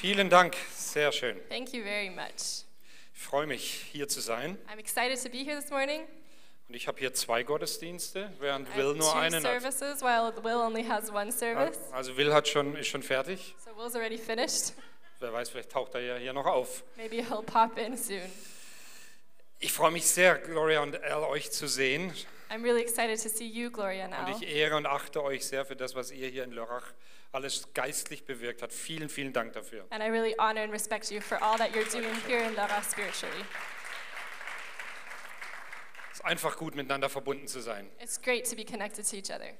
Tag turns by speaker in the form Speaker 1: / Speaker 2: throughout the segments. Speaker 1: Vielen Dank, sehr schön.
Speaker 2: Thank you very much.
Speaker 1: Ich freue mich, hier zu sein.
Speaker 2: I'm excited to be here this morning.
Speaker 1: Und ich habe hier zwei Gottesdienste, während
Speaker 2: I
Speaker 1: Will
Speaker 2: have
Speaker 1: nur
Speaker 2: two
Speaker 1: einen hat.
Speaker 2: services, while Will only has one Äh, service.
Speaker 1: Also Will hat schon, ist schon fertig.
Speaker 2: So Will's already finished.
Speaker 1: Wer weiß, vielleicht taucht er ja hier noch auf.
Speaker 2: Maybe he'll pop in soon.
Speaker 1: Ich freue mich sehr, Gloria und Al, euch zu sehen.
Speaker 2: I'm really excited to see you, Gloria, and Al.
Speaker 1: Und ich ehre und achte euch sehr für das, was ihr hier in Lörrach alles geistlich bewirkt habt. Vielen, vielen Dank dafür.
Speaker 2: And I really honor and respect you for all that you're doing here in Lara spiritually.
Speaker 1: Es ist einfach gut, miteinander verbunden zu sein.
Speaker 2: It's great to be connected to each other.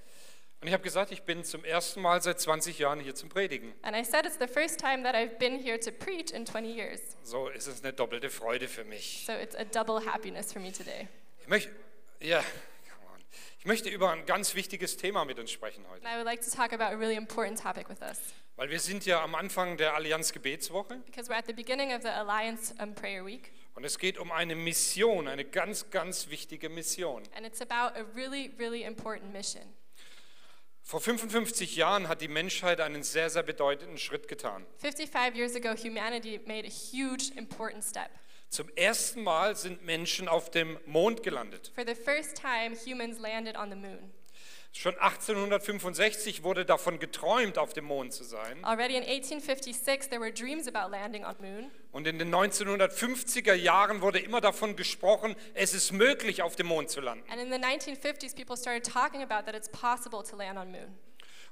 Speaker 1: Und ich habe gesagt, ich bin zum ersten Mal seit 20 Jahren hier zum Predigen.
Speaker 2: And I said it's the first time that I've been here to preach in 20 years.
Speaker 1: So ist es eine doppelte Freude für mich.
Speaker 2: So it's a double happiness for me today.
Speaker 1: Ich möchte, ja, come on. ich möchte über ein ganz wichtiges Thema mit uns sprechen heute.
Speaker 2: And I would like to talk about a really important topic with us
Speaker 1: Weil wir sind ja am Anfang der Allianz Gebetswoche
Speaker 2: because we're at the beginning of the Alliance um, Prayer Week,
Speaker 1: und es geht um eine Mission, eine ganz, ganz wichtige Mission.
Speaker 2: and it's about a really, really important mission.
Speaker 1: Vor 55 Jahren hat die Menschheit einen sehr, sehr bedeutenden Schritt getan.
Speaker 2: 55 years ago, humanity made a huge, important step.
Speaker 1: Zum ersten Mal sind Menschen auf dem Mond gelandet.
Speaker 2: For the first time, humans landed on the moon.
Speaker 1: Schon 1865 wurde davon geträumt, auf dem Mond zu sein.
Speaker 2: Already in 1856, there were dreams about landing on moon,
Speaker 1: Und in den 1950er Jahren wurde immer davon gesprochen, es ist möglich, auf dem Mond zu landen.
Speaker 2: and in the 1950s, people started talking about that it's possible to land on moon.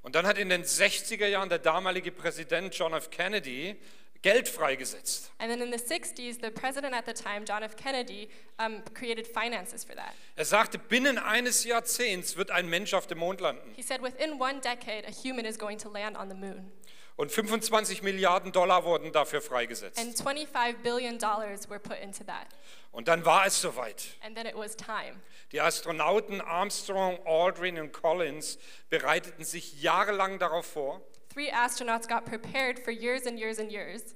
Speaker 1: Und dann hat in den 60er Jahren der damalige Präsident John F. Kennedy Geld freigesetzt.
Speaker 2: And then in the 60s, the president at the time, John F. Kennedy, um, created finances for that.
Speaker 1: Er sagte, binnen eines Jahrzehnts wird ein Mensch auf dem Mond landen.
Speaker 2: He said, within one decade, a human is going to land on the moon.
Speaker 1: Und 25 Milliarden Dollar wurden dafür
Speaker 2: And
Speaker 1: freigesetzt.
Speaker 2: $25 billion were put into that.
Speaker 1: Und dann war es soweit.
Speaker 2: And then it was time.
Speaker 1: Die Astronauten Armstrong, Aldrin und Collins bereiteten sich jahrelang darauf vor.
Speaker 2: Three astronauts got prepared for years and years and years.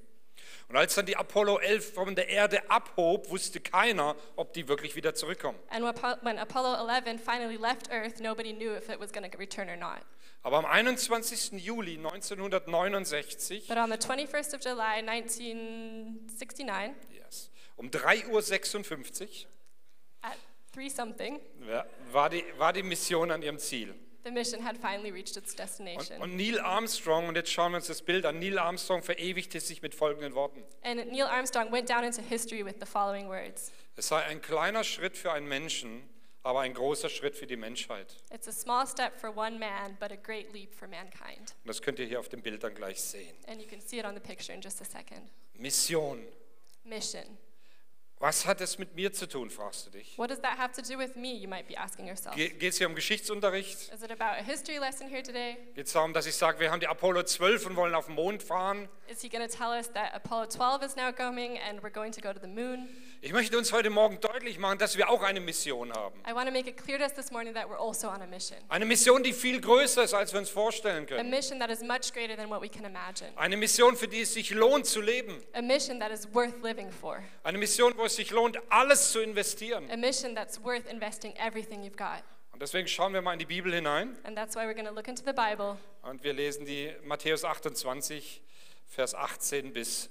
Speaker 1: Und als dann die Apollo 11 von der Erde abhob, wusste keiner, ob die wirklich wieder zurückkommen.
Speaker 2: And when Apo- when Apollo 11 finally left Earth, nobody knew if it was going to return or not.
Speaker 1: Aber am 21. Juli 1969,
Speaker 2: But on the 21st of July, 1969,
Speaker 1: yes, um 3.56 Uhr
Speaker 2: at three something,
Speaker 1: ja, war, die, war die Mission an ihrem Ziel.
Speaker 2: the mission had finally reached its
Speaker 1: Und,
Speaker 2: destination.
Speaker 1: und Neil Armstrong, und jetzt schauen wir uns das Bild an, Neil Armstrong verewigte sich mit folgenden Worten.
Speaker 2: And Neil Armstrong went down into history with the following words
Speaker 1: Es sei ein kleiner Schritt für einen Menschen, aber ein großer Schritt für die Menschheit.
Speaker 2: It's a small step for one man, but a great leap for mankind.
Speaker 1: Und das könnt ihr hier auf dem Bild dann gleich sehen.
Speaker 2: And you can see it on the picture in just a second.
Speaker 1: Mission.
Speaker 2: Mission.
Speaker 1: Was hat es mit mir zu tun, fragst du dich?
Speaker 2: What does that have to do with me, you might be asking yourself?
Speaker 1: Geht es hier um Geschichtsunterricht?
Speaker 2: Is it about a history lesson here today?
Speaker 1: Geht es darum, dass ich sage, wir haben die Apollo 12 und wollen auf den Mond fahren?
Speaker 2: Is he going to tell us that Apollo 12 is now coming and we're going to go to the moon?
Speaker 1: Ich möchte uns heute Morgen deutlich machen, dass wir auch eine Mission haben.
Speaker 2: I want to make it clear to us this morning that we're also on a mission.
Speaker 1: Eine Mission, die viel größer ist, als wir uns vorstellen
Speaker 2: A
Speaker 1: können.
Speaker 2: mission that is much greater than what we can imagine.
Speaker 1: Eine Mission, für die es sich lohnt zu leben.
Speaker 2: A mission that is worth living for.
Speaker 1: Eine Mission, wo es sich lohnt, alles zu investieren.
Speaker 2: A mission that's worth investing everything you've got.
Speaker 1: Und deswegen schauen wir mal in die Bibel hinein
Speaker 2: And that's why we're going to look into the Bible
Speaker 1: und wir lesen die Matthäus 28, Vers 18 bis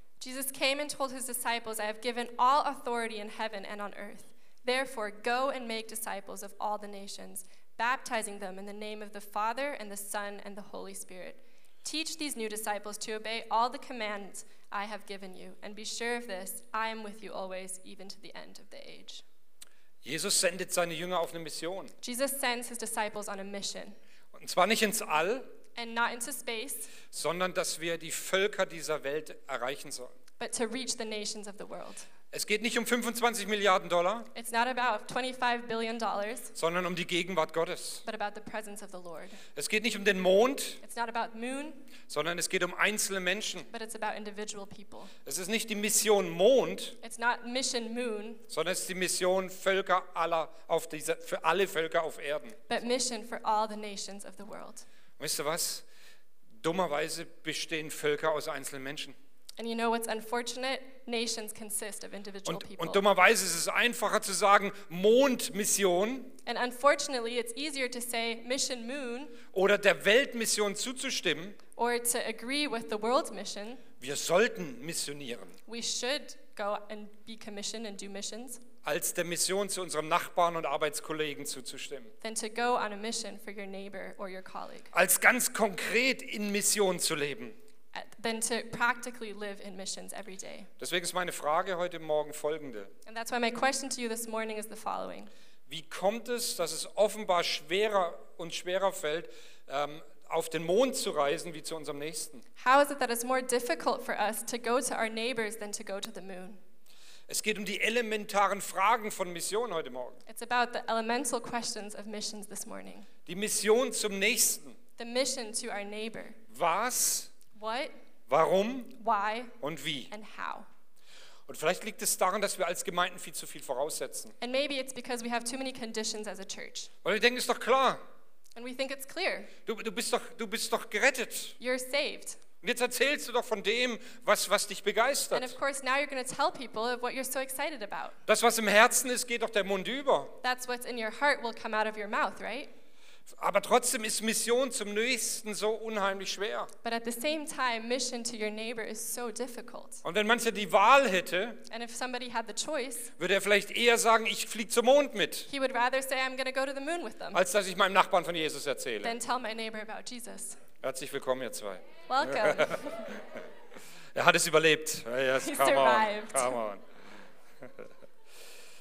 Speaker 2: Jesus came and told his disciples, I have given all authority in heaven and on earth. Therefore, go and make disciples of all the nations, baptizing them in the name of the Father and the Son and the Holy Spirit. Teach these new disciples to obey all the commands I have given you, and be sure of this I am with you always, even to the end of the age.
Speaker 1: Jesus sendet seine Jünger auf eine Mission.
Speaker 2: Jesus sends his disciples on a mission,
Speaker 1: Und zwar nicht ins All,
Speaker 2: and not into space,
Speaker 1: sondern dass wir die Völker dieser Welt erreichen sollen.
Speaker 2: but to reach the nations of the world.
Speaker 1: Es geht nicht um 25 Milliarden Dollar,
Speaker 2: It's not about $25 billion, but
Speaker 1: sondern um die Gegenwart Gottes.
Speaker 2: about the presence of the Lord.
Speaker 1: Es geht nicht um den Mond,
Speaker 2: It's not about moon,
Speaker 1: sondern es geht um einzelne Menschen.
Speaker 2: but it's about individual people.
Speaker 1: Es ist nicht die Mission Mond,
Speaker 2: It's not mission moon,
Speaker 1: sondern es ist die Mission Völker aller auf dieser, für alle Völker auf Erden.
Speaker 2: but mission for all the nations of the world.
Speaker 1: Und wisst ihr was? Dummerweise bestehen Völker aus einzelnen Menschen.
Speaker 2: And you know what's unfortunate? Nations consist of individual
Speaker 1: Und,
Speaker 2: people.
Speaker 1: und dummerweise ist es einfacher zu sagen Mondmission
Speaker 2: and unfortunately, it's easier to say mission moon
Speaker 1: oder der Weltmission zuzustimmen.
Speaker 2: or to agree with the world's mission.
Speaker 1: Wir sollten missionieren,
Speaker 2: We should go and be commissioned and do missions
Speaker 1: als der Mission zu unserem Nachbarn und Arbeitskollegen zuzustimmen.
Speaker 2: than to go on a mission for your neighbor or your colleague,
Speaker 1: Als ganz konkret in Mission zu leben.
Speaker 2: uh, than to practically live in missions every day.
Speaker 1: Deswegen ist meine Frage heute Morgen folgende.
Speaker 2: And that's why my question to you this morning is the following
Speaker 1: Wie kommt es, dass es offenbar schwerer und schwerer fällt, ähm, auf den Mond zu reisen wie zu unserem Nächsten?
Speaker 2: How is it that it's more difficult for us to go to our neighbors than to go to the moon?
Speaker 1: Es geht um die elementaren Fragen von Mission heute Morgen.
Speaker 2: It's about the elemental questions of missions this morning.
Speaker 1: Die Mission zum Nächsten.
Speaker 2: The mission to our neighbor.
Speaker 1: Was,
Speaker 2: What,
Speaker 1: warum
Speaker 2: why,
Speaker 1: und wie?
Speaker 2: and how.
Speaker 1: Und vielleicht liegt es daran, dass wir als Gemeinden viel zu viel voraussetzen.
Speaker 2: And maybe it's because we have too many conditions as a church.
Speaker 1: Weil wir denken, ist doch klar,
Speaker 2: And we think it's clear.
Speaker 1: du, du, bist, doch, du bist doch gerettet.
Speaker 2: You're saved.
Speaker 1: Und jetzt erzählst du doch von dem, was, was dich
Speaker 2: And of
Speaker 1: begeistert.
Speaker 2: course, now you're going to tell people of what you're so excited about.
Speaker 1: Das, was im Herzen ist, geht doch der Mund über.
Speaker 2: That's what's in your heart will come out of your mouth, right?
Speaker 1: Aber trotzdem ist Mission zum Nächsten so unheimlich schwer.
Speaker 2: But at the same time, mission to your neighbor is so difficult.
Speaker 1: Und wenn mancher die Wahl hätte,
Speaker 2: And if somebody had the choice,
Speaker 1: würde er vielleicht eher sagen, ich fliege zum Mond mit,
Speaker 2: he would rather say, I'm going to go to the moon with them
Speaker 1: als dass ich meinem Nachbarn von Jesus erzähle.
Speaker 2: than tell my neighbor about Jesus.
Speaker 1: Herzlich willkommen, ihr zwei.
Speaker 2: Welcome.
Speaker 1: Er hat es überlebt. Yes,
Speaker 2: He
Speaker 1: come on,
Speaker 2: survived.
Speaker 1: come on.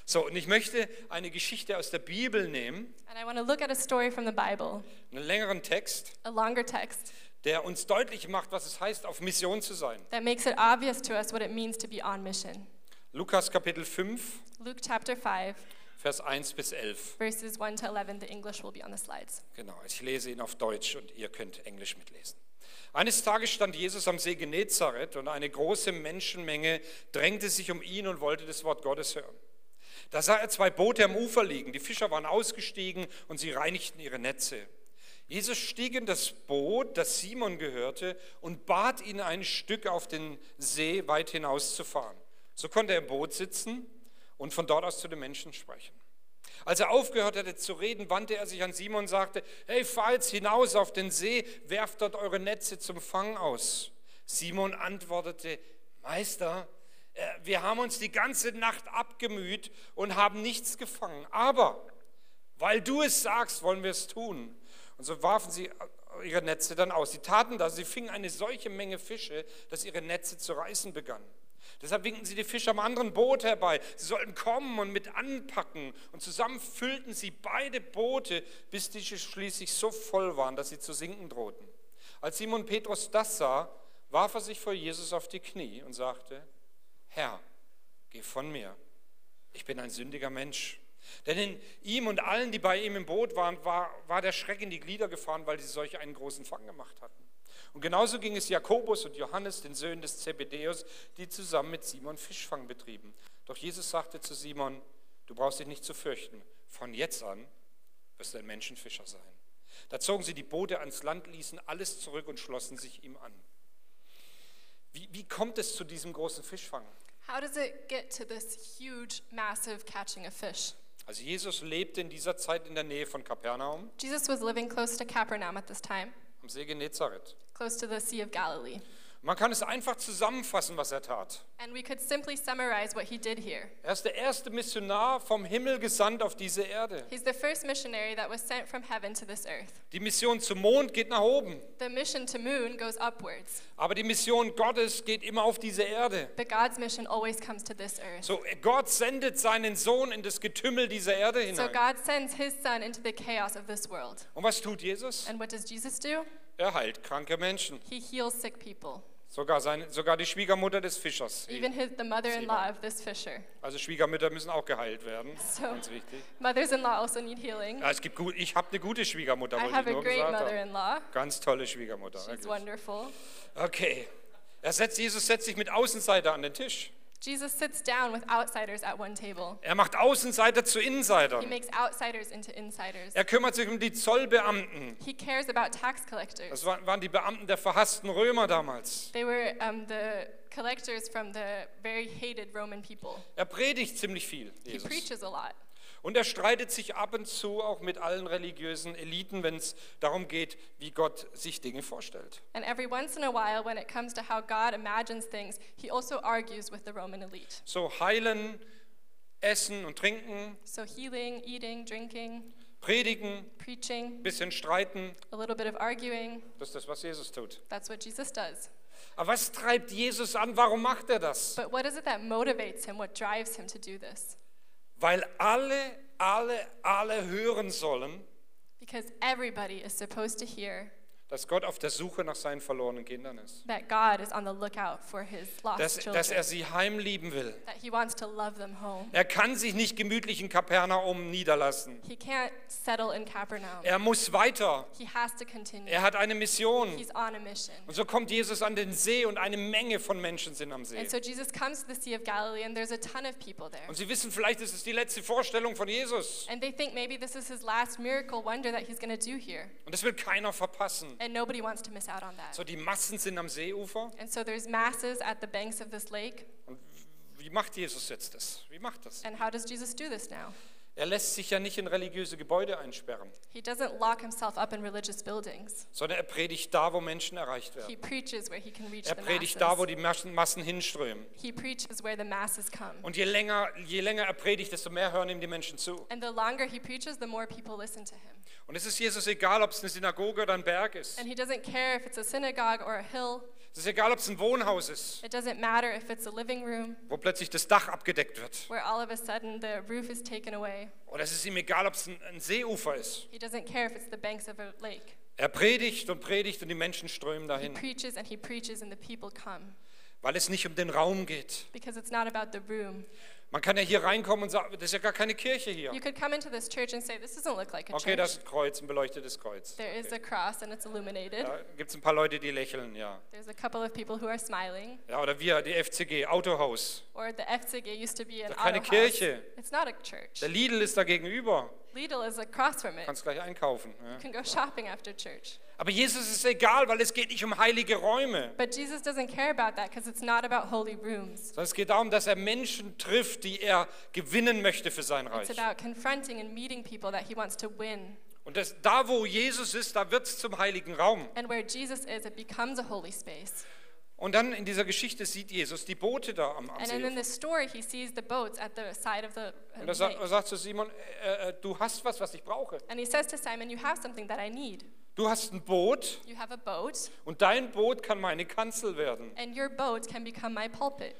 Speaker 1: So, und ich möchte eine Geschichte aus der Bibel nehmen,
Speaker 2: and I want to look at a story from the Bible,
Speaker 1: einen längeren Text,
Speaker 2: a longer text,
Speaker 1: der uns deutlich macht, was es heißt, auf Mission zu sein.
Speaker 2: that makes it obvious to us what it means to be on mission.
Speaker 1: Lukas Kapitel 5,
Speaker 2: Luke chapter 5,
Speaker 1: Vers 1 bis 11.
Speaker 2: verses 1 to 11. The English will be on the slides.
Speaker 1: Genau, ich lese ihn auf Deutsch und ihr könnt Englisch mitlesen. Eines Tages stand Jesus am See Genezareth und eine große Menschenmenge drängte sich um ihn und wollte das Wort Gottes hören. Da sah er zwei Boote am Ufer liegen. Die Fischer waren ausgestiegen und sie reinigten ihre Netze. Jesus stieg in das Boot, das Simon gehörte, und bat ihn, ein Stück auf den See weit hinauszufahren. So konnte er im Boot sitzen und von dort aus zu den Menschen sprechen. Als er aufgehört hatte zu reden, wandte er sich an Simon und sagte, hey, fahr jetzt hinaus auf den See, werft dort eure Netze zum Fang aus. Simon antwortete, Meister, äh, wir haben uns die ganze Nacht abgemüht und haben nichts gefangen, aber weil du es sagst, wollen wir es tun. Und so warfen sie ihre Netze dann aus. Sie taten das, sie fingen eine solche Menge Fische, dass ihre Netze zu reißen begannen. Deshalb winkten sie die Fische am anderen Boot herbei. Sie sollten kommen und mit anpacken. Und zusammen füllten sie beide Boote, bis diese schließlich so voll waren, dass sie zu sinken drohten. Als Simon Petrus das sah, warf er sich vor Jesus auf die Knie und sagte, Herr, geh von mir, ich bin ein sündiger Mensch. Denn in ihm und allen, die bei ihm im Boot waren, war, war der Schreck in die Glieder gefahren, weil sie solch einen großen Fang gemacht hatten. Und genauso ging es Jakobus und Johannes, den Söhnen des Zebedäus, die zusammen mit Simon Fischfang betrieben. Doch Jesus sagte zu Simon, du brauchst dich nicht zu fürchten, von jetzt an wirst du ein Menschenfischer sein. Da zogen sie die Boote ans Land, ließen alles zurück und schlossen sich ihm an. Wie, wie kommt es zu diesem großen Fischfang?
Speaker 2: How does it get to this huge, massive catching of fish?
Speaker 1: Also Jesus lebte in dieser Zeit in der Nähe von Kapernaum
Speaker 2: Jesus was living close to Capernaum at this time,
Speaker 1: am See Genezareth.
Speaker 2: close to the Sea of Galilee.
Speaker 1: Man kann es einfach zusammenfassen, was er tat.
Speaker 2: And we could simply summarize what he did here.
Speaker 1: Er ist der erste Missionar vom Himmel gesandt auf diese Erde.
Speaker 2: He's the first missionary that was sent from heaven to this earth.
Speaker 1: Die Mission zum Mond geht nach oben,
Speaker 2: The mission to moon goes upwards,
Speaker 1: aber die Mission Gottes geht immer auf diese Erde.
Speaker 2: but God's mission always comes to this earth.
Speaker 1: So Gott sendet seinen Sohn in das Getümmel dieser Erde
Speaker 2: So
Speaker 1: hinein.
Speaker 2: God sends his son into the chaos of this world.
Speaker 1: Und was tut Jesus?
Speaker 2: And what does Jesus do?
Speaker 1: Er heilt kranke Menschen.
Speaker 2: He heals sick people.
Speaker 1: Sogar, seine, sogar die Schwiegermutter des Fischers.
Speaker 2: even his, the mother in law of this fisher.
Speaker 1: Also Schwiegermütter müssen auch geheilt werden.
Speaker 2: So.
Speaker 1: Ganz wichtig.
Speaker 2: Mothers in law also need healing.
Speaker 1: Ja, es gibt gut, ich habe eine gute Schwiegermutter,
Speaker 2: I
Speaker 1: wollte
Speaker 2: have
Speaker 1: ich
Speaker 2: a
Speaker 1: nur
Speaker 2: great
Speaker 1: gesagt
Speaker 2: mother
Speaker 1: haben.
Speaker 2: in law.
Speaker 1: Ganz tolle Schwiegermutter.
Speaker 2: She's
Speaker 1: wirklich.
Speaker 2: wonderful.
Speaker 1: Okay. Er setzt, Jesus setzt sich mit Außenseiter an den Tisch.
Speaker 2: Jesus sits down with outsiders at one table.
Speaker 1: Er macht Außenseiter zu
Speaker 2: He
Speaker 1: Insidern.
Speaker 2: makes outsiders into insiders.
Speaker 1: Er kümmert sich um die Zollbeamten.
Speaker 2: He cares about tax collectors.
Speaker 1: Das waren waren die Beamten der verhassten Römer damals.
Speaker 2: They were um, the collectors from the very hated Roman people.
Speaker 1: Er predigt ziemlich viel,
Speaker 2: He
Speaker 1: Jesus.
Speaker 2: preaches a lot.
Speaker 1: Und er streitet sich ab und zu auch mit allen religiösen Eliten, wenn es darum geht, wie Gott sich Dinge vorstellt.
Speaker 2: And every once in a while, when it comes to how God imagines things, he also argues with the Roman elite.
Speaker 1: So heilen, essen und trinken,
Speaker 2: So, healing, eating, drinking,
Speaker 1: predigen,
Speaker 2: preaching,
Speaker 1: bisschen streiten,
Speaker 2: a little bit of arguing,
Speaker 1: das ist das, was Jesus tut.
Speaker 2: that's what Jesus does.
Speaker 1: Aber was treibt Jesus an? Warum macht er das?
Speaker 2: But what is it that motivates him? What drives him to do this?
Speaker 1: Weil alle, alle, alle hören sollen,
Speaker 2: Because everybody is supposed to hear
Speaker 1: dass Gott auf der Suche nach seinen verlorenen Kindern ist.
Speaker 2: that God is on the lookout for his lost
Speaker 1: Dass,
Speaker 2: children,
Speaker 1: dass er sie heimlieben will.
Speaker 2: that he wants to love them home.
Speaker 1: Er kann sich nicht gemütlich in Kapernaum niederlassen.
Speaker 2: He can't settle in Capernaum.
Speaker 1: Er muss weiter.
Speaker 2: He has to continue.
Speaker 1: Er hat eine Mission.
Speaker 2: He's on a mission.
Speaker 1: Und so kommt Jesus an den See und eine Menge von Menschen sind am See.
Speaker 2: And so Jesus comes to the Sea of Galilee, and there's a ton of people there.
Speaker 1: Und sie wissen, vielleicht ist es die letzte Vorstellung von Jesus.
Speaker 2: And they think maybe this is his last miracle wonder that he's going to do here.
Speaker 1: Und das will keiner verpassen.
Speaker 2: And nobody wants to miss out on that.
Speaker 1: So, die Massen sind am Seeufer.
Speaker 2: And so there's masses at the banks of this lake.
Speaker 1: Und wie macht Jesus jetzt das? Wie macht das?
Speaker 2: And how does Jesus do this now?
Speaker 1: Er lässt sich ja nicht in religiöse Gebäude einsperren,
Speaker 2: He doesn't lock himself up in religious buildings.
Speaker 1: sondern er predigt da, wo Menschen erreicht
Speaker 2: He
Speaker 1: werden.
Speaker 2: preaches where he can reach
Speaker 1: Er
Speaker 2: the masses.
Speaker 1: predigt da, wo die Maschen Massen hinströmen.
Speaker 2: He preaches where the masses come.
Speaker 1: Und je länger, je länger er predigt, desto mehr hören ihm die Menschen zu.
Speaker 2: And the longer he preaches, the more people listen to him.
Speaker 1: Und es ist Jesus egal, ob es eine Synagoge oder ein Berg ist.
Speaker 2: And he doesn't care if it's a synagogue or a hill.
Speaker 1: Es ist egal, ob es ein Wohnhaus ist,
Speaker 2: It doesn't matter if it's a living room
Speaker 1: wo plötzlich das Dach abgedeckt wird.
Speaker 2: where all of a sudden the roof is taken away.
Speaker 1: Oder es ist ihm egal, ob es ein, ein Seeufer ist.
Speaker 2: He doesn't care if it's the banks of a lake.
Speaker 1: Er predigt und predigt und die Menschen strömen
Speaker 2: He
Speaker 1: dahin,
Speaker 2: preaches and he preaches and the people come
Speaker 1: weil es nicht um den Raum geht.
Speaker 2: because it's not about the room.
Speaker 1: Man kann ja hier reinkommen und sagen, das ist ja gar keine Kirche hier.
Speaker 2: You could come into this church and say, This doesn't look like a
Speaker 1: Okay, das
Speaker 2: church.
Speaker 1: ist ein Kreuz, ein beleuchtetes Kreuz.
Speaker 2: There is a cross and it's illuminated.
Speaker 1: Da gibt es ein paar Leute, die lächeln, ja.
Speaker 2: There's a couple of people who are smiling.
Speaker 1: Ja, oder wir, die FCG, Autohaus.
Speaker 2: Or the FCG used to be an
Speaker 1: Doch keine
Speaker 2: auto
Speaker 1: Kirche.
Speaker 2: house. It's not a church.
Speaker 1: Der Lidl ist da gegenüber.
Speaker 2: Lidl is across from it.
Speaker 1: Kannst gleich einkaufen. Ja.
Speaker 2: You can go shopping after church.
Speaker 1: Aber Jesus ist egal, weil es geht nicht um heilige Räume,
Speaker 2: But Jesus doesn't care about that because it's not about holy rooms.
Speaker 1: sondern es geht darum, dass er Menschen trifft, die er gewinnen möchte für sein Reich.
Speaker 2: It's about confronting and meeting people that he wants to win.
Speaker 1: Und das, da, wo Jesus ist, da wird es zum heiligen Raum.
Speaker 2: And where Jesus is, it becomes a holy space.
Speaker 1: Und dann in dieser Geschichte sieht Jesus die Boote da am, am
Speaker 2: And then in
Speaker 1: See.
Speaker 2: this story, he sees the boats at the side of the
Speaker 1: Und
Speaker 2: uh,
Speaker 1: er sagt,
Speaker 2: lake.
Speaker 1: er sagt zu Simon, äh, äh, du hast was, was ich brauche.
Speaker 2: And he says to Simon, You have something that I need.
Speaker 1: Du hast ein Boot
Speaker 2: You have a boat,
Speaker 1: und dein Boot kann meine Kanzel werden.
Speaker 2: and your boat can become my pulpit.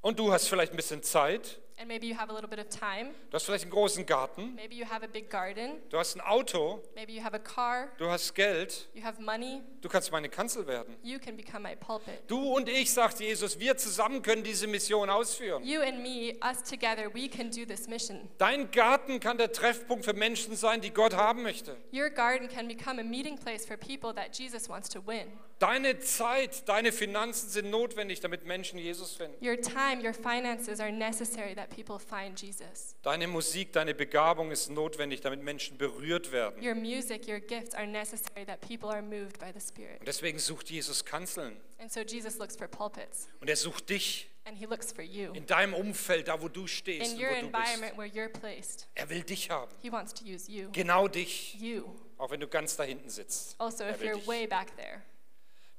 Speaker 1: Und du hast vielleicht ein bisschen Zeit,
Speaker 2: And maybe you have a little bit of time.
Speaker 1: du hast vielleicht einen großen Garten,
Speaker 2: Maybe you have a big garden.
Speaker 1: du hast ein Auto,
Speaker 2: Maybe you have a car.
Speaker 1: du hast Geld,
Speaker 2: You have money.
Speaker 1: du kannst meine Kanzel werden.
Speaker 2: You can become my pulpit.
Speaker 1: Du und ich, sagt Jesus, wir zusammen können diese Mission ausführen.
Speaker 2: You and me, us together, we can do this mission.
Speaker 1: Dein Garten kann der Treffpunkt für Menschen sein, die Gott haben möchte.
Speaker 2: Your garden can become a meeting place for people that Jesus wants to win.
Speaker 1: Deine Zeit, deine Finanzen sind notwendig, damit Menschen Jesus finden.
Speaker 2: Your time, your finances are necessary that people find Jesus.
Speaker 1: Deine Musik, deine Begabung ist notwendig, damit Menschen berührt werden.
Speaker 2: Your music, your gifts are necessary that people are moved by the Spirit.
Speaker 1: Und deswegen sucht Jesus Kanzeln.
Speaker 2: And so Jesus looks for pulpits
Speaker 1: Und er sucht dich
Speaker 2: and he looks for you.
Speaker 1: in deinem Umfeld, da wo du stehst
Speaker 2: In
Speaker 1: und
Speaker 2: your
Speaker 1: wo du bist.
Speaker 2: environment where you're placed,
Speaker 1: Er will dich haben.
Speaker 2: he wants to use you.
Speaker 1: Genau dich.
Speaker 2: You.
Speaker 1: Auch wenn du ganz da hinten sitzt.
Speaker 2: Also,
Speaker 1: er
Speaker 2: if
Speaker 1: will
Speaker 2: you're
Speaker 1: dich.
Speaker 2: way back there,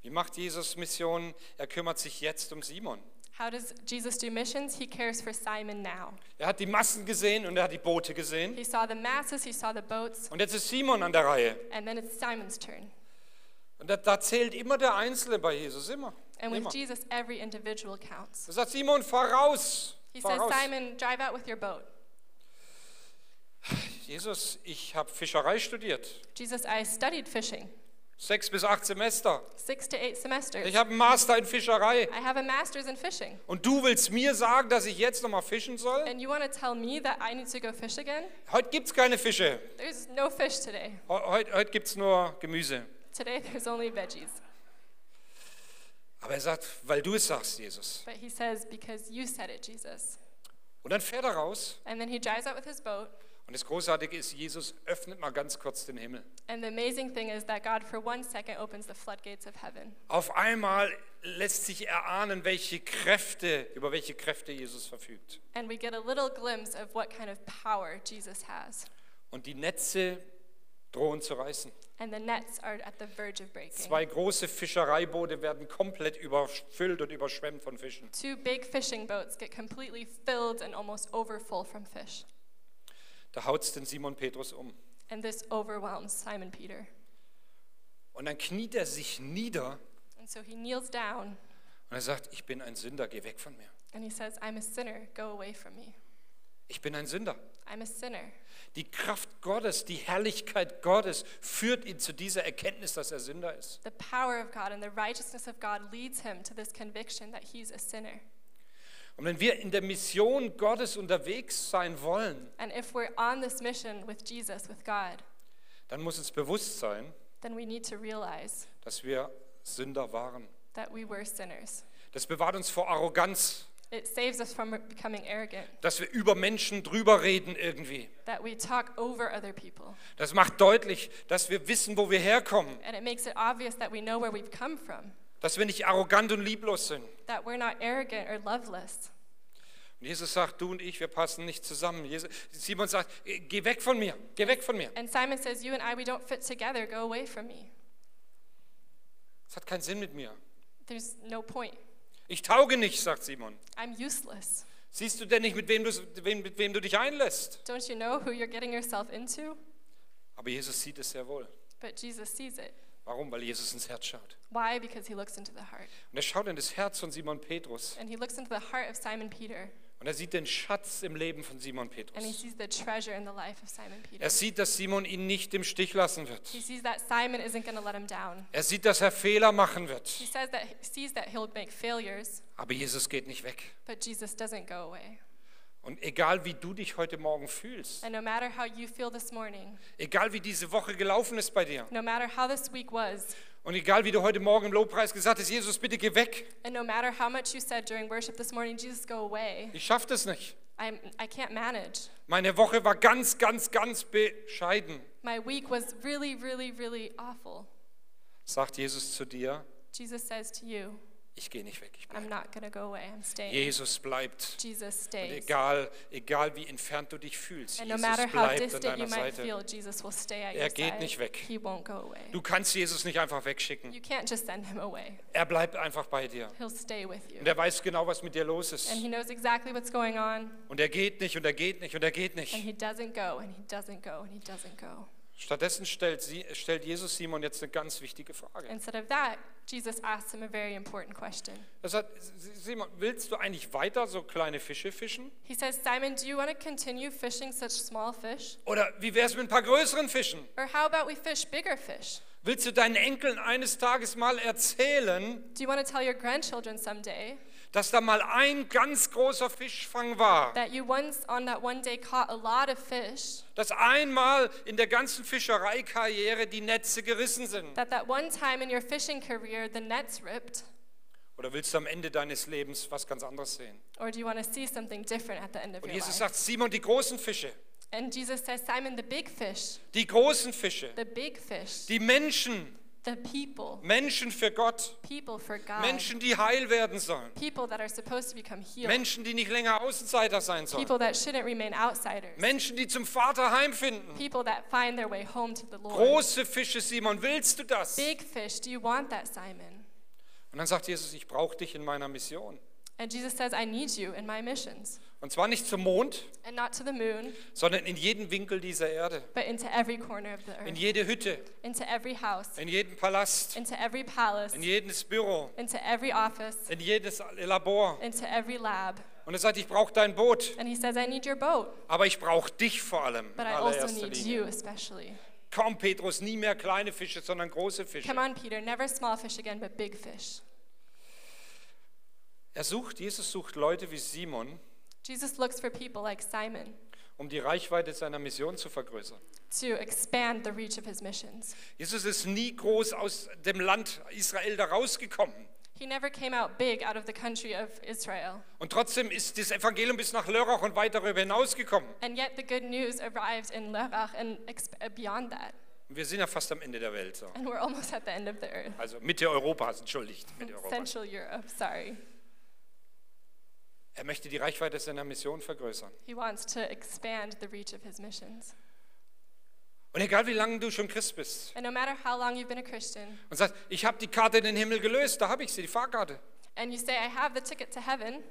Speaker 1: Wie macht Jesus Mission? Er kümmert sich jetzt um Simon.
Speaker 2: how does Jesus do missions? He cares for Simon now.
Speaker 1: Er hat die Massen gesehen und er hat die Boote gesehen.
Speaker 2: He saw the masses, he saw the boats,
Speaker 1: Und jetzt ist Simon an der Reihe.
Speaker 2: and then it's Simon's turn.
Speaker 1: Und da, da zählt immer der Einzelne bei Jesus. Immer.
Speaker 2: And
Speaker 1: immer.
Speaker 2: with Jesus, every individual counts.
Speaker 1: Er sagt, Simon, voraus.
Speaker 2: He says,
Speaker 1: voraus.
Speaker 2: Simon, drive out with your boat.
Speaker 1: Jesus, ich habe Fischerei studiert.
Speaker 2: Jesus, I studied fishing.
Speaker 1: Sechs bis acht Semester.
Speaker 2: six to eight semesters.
Speaker 1: Ich habe einen Master in Fischerei.
Speaker 2: I have a master's in fishing.
Speaker 1: Und du willst mir sagen, dass ich jetzt nochmal fischen soll?
Speaker 2: And you want to tell me that I need to go fish again?
Speaker 1: Heute gibt es keine Fische.
Speaker 2: There's no fish today.
Speaker 1: Heu- Heute, heute gibt es nur Gemüse.
Speaker 2: Today there's only veggies.
Speaker 1: Aber er sagt, weil du es sagst, Jesus.
Speaker 2: But he says, Because you said it, Jesus.
Speaker 1: Und dann fährt er raus.
Speaker 2: And then he drives out with his boat.
Speaker 1: Und das Großartige ist, Jesus öffnet mal ganz kurz den Himmel.
Speaker 2: And the amazing thing is that God, for one second, opens the floodgates of heaven.
Speaker 1: Auf einmal lässt sich erahnen, welche Kräfte, über welche Kräfte Jesus verfügt.
Speaker 2: And we get a little glimpse of what kind of power Jesus has.
Speaker 1: Und die Netze drohen zu reißen.
Speaker 2: And the nets are at the verge of breaking.
Speaker 1: Zwei große Fischereiboote werden komplett überfüllt und überschwemmt von Fischen.
Speaker 2: Two big fishing boats get completely filled and almost overfull from fish.
Speaker 1: Da haut es den Simon Petrus um.
Speaker 2: And this overwhelms Simon Peter.
Speaker 1: Und dann kniet er sich nieder
Speaker 2: And so he kneels down
Speaker 1: und er sagt, ich bin ein Sünder, geh weg von mir.
Speaker 2: and he says, I'm a sinner, go away from me.
Speaker 1: Ich bin ein Sünder.
Speaker 2: I'm a sinner.
Speaker 1: Die Kraft Gottes, die Herrlichkeit Gottes führt ihn zu dieser Erkenntnis, dass er Sünder ist.
Speaker 2: The power of God and the righteousness of God leads him to this conviction that he's a sinner.
Speaker 1: Und wenn wir in der Mission Gottes unterwegs sein wollen,
Speaker 2: And if we're on this mission with Jesus, with God,
Speaker 1: dann muss uns bewusst sein,
Speaker 2: then we need to realize
Speaker 1: dass wir Sünder waren.
Speaker 2: that we were sinners.
Speaker 1: Das bewahrt uns vor Arroganz,
Speaker 2: It saves us from becoming arrogant,
Speaker 1: dass wir über Menschen drüber reden irgendwie.
Speaker 2: that we talk over other people.
Speaker 1: Das macht deutlich, dass wir wissen, wo wir herkommen,
Speaker 2: And it makes it obvious that we know where we've come from,
Speaker 1: dass wir nicht arrogant und lieblos sind.
Speaker 2: that we're not arrogant or loveless.
Speaker 1: Und Jesus sagt, du und ich, wir passen nicht zusammen. Jesus, Simon sagt, geh weg von mir, geh weg von mir.
Speaker 2: And Simon says, You and I, we don't fit together. Go away from me.
Speaker 1: Es hat keinen Sinn mit mir.
Speaker 2: There's no point.
Speaker 1: Ich tauge nicht, sagt Simon.
Speaker 2: I'm useless.
Speaker 1: Siehst du denn nicht, mit wem du, wem, mit wem du dich einlässt?
Speaker 2: Don't you know who you're getting yourself into?
Speaker 1: Aber Jesus sieht es sehr wohl.
Speaker 2: But Jesus sees it.
Speaker 1: Warum? Weil Jesus ins Herz schaut.
Speaker 2: Why? Because he looks into the heart.
Speaker 1: Und er schaut in das Herz von Simon Petrus.
Speaker 2: And he looks into the heart of Simon Peter.
Speaker 1: Und er sieht den Schatz im Leben von Simon
Speaker 2: And he
Speaker 1: Petrus.
Speaker 2: sees the treasure in the life of Simon Peter.
Speaker 1: Er sieht, dass Simon ihn nicht im Stich lassen wird.
Speaker 2: He sees that Simon isn't going to let him down.
Speaker 1: Er sieht, dass er Fehler machen
Speaker 2: He
Speaker 1: wird.
Speaker 2: says that he sees that he'll make failures,
Speaker 1: Aber Jesus geht nicht weg.
Speaker 2: but Jesus doesn't go away.
Speaker 1: Und egal wie du dich heute Morgen fühlst,
Speaker 2: And no matter how you feel this morning,
Speaker 1: egal wie diese Woche gelaufen ist bei dir
Speaker 2: no matter how this week was,
Speaker 1: und egal wie du heute Morgen im Lobpreis gesagt hast, Jesus, bitte geh weg.
Speaker 2: and no matter how much you said during worship this morning, Jesus, go away.
Speaker 1: Ich schaff das nicht.
Speaker 2: I'm, I can't manage.
Speaker 1: Meine Woche war ganz, ganz, ganz bescheiden.
Speaker 2: My week was really, really, really awful.
Speaker 1: Sagt Jesus zu dir,
Speaker 2: Jesus says to you,
Speaker 1: ich gehe nicht weg. Ich bleib.
Speaker 2: I'm not going to go away. I'm staying.
Speaker 1: Jesus bleibt.
Speaker 2: Jesus
Speaker 1: Und
Speaker 2: stays.
Speaker 1: egal, egal wie entfernt du dich fühlst,
Speaker 2: And no
Speaker 1: Jesus
Speaker 2: matter how
Speaker 1: bleibt an
Speaker 2: distant you
Speaker 1: deiner
Speaker 2: might
Speaker 1: Seite.
Speaker 2: feel, Jesus will stay at
Speaker 1: Er
Speaker 2: your
Speaker 1: geht
Speaker 2: side.
Speaker 1: nicht weg.
Speaker 2: He won't go away.
Speaker 1: Du kannst Jesus nicht einfach wegschicken.
Speaker 2: You can't just send him away.
Speaker 1: Er bleibt einfach bei dir.
Speaker 2: He'll stay with you.
Speaker 1: Und er weiß genau, was mit dir los ist.
Speaker 2: And he knows exactly what's going on.
Speaker 1: Und er geht nicht und er geht nicht und er geht
Speaker 2: And
Speaker 1: nicht.
Speaker 2: he doesn't go, and he doesn't go, and he doesn't go.
Speaker 1: Stattdessen stellt, sie, stellt Jesus Simon jetzt eine ganz wichtige Frage.
Speaker 2: Instead of that, Jesus asks him a very important question.
Speaker 1: Er sagt, Simon, willst du eigentlich weiter so kleine Fische fischen?
Speaker 2: He says, Simon, do you want to continue fishing such small fish?
Speaker 1: Oder wie wär's mit ein paar größeren Fischen?
Speaker 2: Or how about we fish bigger fish?
Speaker 1: Willst du deinen Enkeln eines Tages mal erzählen,
Speaker 2: Do you want to tell your grandchildren someday
Speaker 1: dass da mal ein ganz großer Fischfang war?
Speaker 2: that you once on that one day caught a lot of fish,
Speaker 1: Dass einmal in der ganzen Fischereikarriere die Netze gerissen sind?
Speaker 2: that that one time in your fishing career the net's ripped?
Speaker 1: Oder willst du am Ende deines Lebens was ganz anderes sehen?
Speaker 2: Or do you want to see something different at the end of
Speaker 1: Und
Speaker 2: your
Speaker 1: Jesus
Speaker 2: life?
Speaker 1: sagt, Simon, die großen Fische,
Speaker 2: And Jesus says, Simon, the big fish,
Speaker 1: die großen Fische,
Speaker 2: the big fish,
Speaker 1: die Menschen,
Speaker 2: the people,
Speaker 1: Menschen für Gott,
Speaker 2: people for God,
Speaker 1: Menschen, die heil werden sollen,
Speaker 2: people that are supposed to become healed,
Speaker 1: Menschen, die nicht länger Außenseiter sein sollen,
Speaker 2: people that shouldn't remain outsiders,
Speaker 1: Menschen, die zum Vater heimfinden.
Speaker 2: people that find their way home to the Lord.
Speaker 1: Große Fische, Simon, willst du das?
Speaker 2: Big fish, do you want that, Simon?
Speaker 1: Und dann sagt Jesus, ich brauche dich in meiner Mission.
Speaker 2: And Jesus says, I need you in my missions,
Speaker 1: Und zwar nicht zum Mond,
Speaker 2: and not to the moon,
Speaker 1: sondern in jeden Winkel dieser Erde,
Speaker 2: but into every corner of the
Speaker 1: in
Speaker 2: earth,
Speaker 1: jede Hütte,
Speaker 2: into every house,
Speaker 1: in jeden Palast,
Speaker 2: into every palace,
Speaker 1: in jedes Büro,
Speaker 2: into every office,
Speaker 1: in jedes Labor.
Speaker 2: into every lab.
Speaker 1: Und er sagt, ich brauche dein Boot,
Speaker 2: And he says, I need your boat,
Speaker 1: aber ich brauche dich vor allem. in
Speaker 2: but I also
Speaker 1: allererster
Speaker 2: need
Speaker 1: Linie.
Speaker 2: you especially.
Speaker 1: Komm, Petrus, nie mehr kleine Fische, sondern große Fische.
Speaker 2: Come on, Peter, never small fish again, but big fish.
Speaker 1: Er sucht, Jesus sucht Leute wie Simon,
Speaker 2: Jesus looks for people like Simon
Speaker 1: um die Reichweite seiner Mission zu vergrößern.
Speaker 2: to expand the reach of his missions.
Speaker 1: Jesus ist nie groß aus dem Land Israel da rausgekommen.
Speaker 2: He never came out big out of the country of Israel,
Speaker 1: Und trotzdem ist das Evangelium bis nach Lörrach und weit darüber hinausgekommen.
Speaker 2: and yet the good news arrived in Lerach and exp- uh, beyond that.
Speaker 1: Und wir sind ja fast am Ende der Welt. So.
Speaker 2: And we're almost at the end of the earth.
Speaker 1: Also Mitte Europas, entschuldigt, Mitte Europas.
Speaker 2: Central Europe, sorry.
Speaker 1: Er möchte die Reichweite seiner Mission vergrößern.
Speaker 2: He wants to expand the reach of his missions.
Speaker 1: Und egal wie lange du schon Christ bist
Speaker 2: And no matter how long you've been a Christian,
Speaker 1: und sagst, ich habe die Karte in den Himmel gelöst, da habe ich sie, die Fahrkarte.
Speaker 2: and you say, I have the ticket to heaven,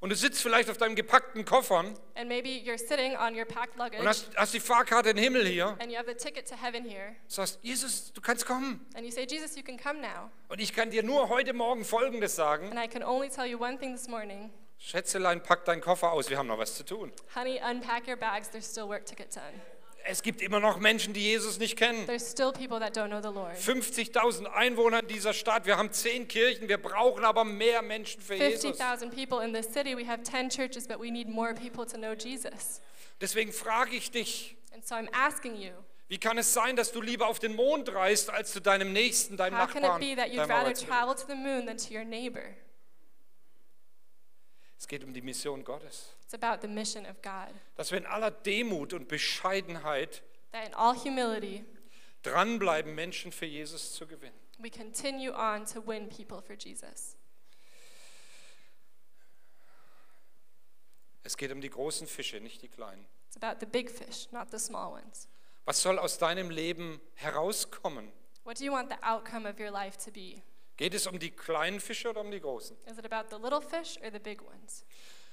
Speaker 1: Und du sitzt vielleicht auf deinem gepackten Koffern
Speaker 2: and maybe you're sitting on your packed
Speaker 1: und
Speaker 2: luggage,
Speaker 1: hast, hast die Fahrkarte in den Himmel hier.
Speaker 2: and you have the ticket to heaven here,
Speaker 1: Sagst, Jesus, du kannst kommen.
Speaker 2: and you say, Jesus, you can come now.
Speaker 1: Und ich kann dir nur heute Morgen Folgendes sagen.
Speaker 2: And I can only tell you one thing this morning
Speaker 1: Schätzelein, pack deinen Koffer aus, wir haben noch was zu tun.
Speaker 2: honey, unpack your bags. There's still work to get done.
Speaker 1: Es gibt immer noch Menschen, die Jesus nicht kennen.
Speaker 2: There's still people that don't know the Lord.
Speaker 1: 50.000 Einwohner in dieser Stadt, wir haben zehn Kirchen, wir brauchen aber mehr Menschen für Jesus.
Speaker 2: 50,000 people in this city. We have 10 churches, but we need more people to know Jesus.
Speaker 1: Deswegen frage ich dich,
Speaker 2: And so I'm asking you,
Speaker 1: wie kann es sein, dass du lieber auf den Mond reist, als zu deinem Nächsten, deinem
Speaker 2: How can it
Speaker 1: Nachbarn,
Speaker 2: be that you'd
Speaker 1: deinem
Speaker 2: rather
Speaker 1: Arbeitskollegen?
Speaker 2: travel to the moon than to your neighbor?
Speaker 1: Es geht um die Mission Gottes.
Speaker 2: It's about the mission of God.
Speaker 1: Dass wir in aller Demut und Bescheidenheit
Speaker 2: That in all humility,
Speaker 1: dranbleiben, Menschen für Jesus zu gewinnen.
Speaker 2: we continue on to win people for Jesus.
Speaker 1: Es geht um die großen Fische, nicht die kleinen.
Speaker 2: It's about the big fish, not the small ones.
Speaker 1: Was soll aus deinem Leben herauskommen?
Speaker 2: What do you want the outcome of your life to be?
Speaker 1: Geht es um die kleinen Fische oder um die großen?
Speaker 2: Is it about the little fish or the big ones?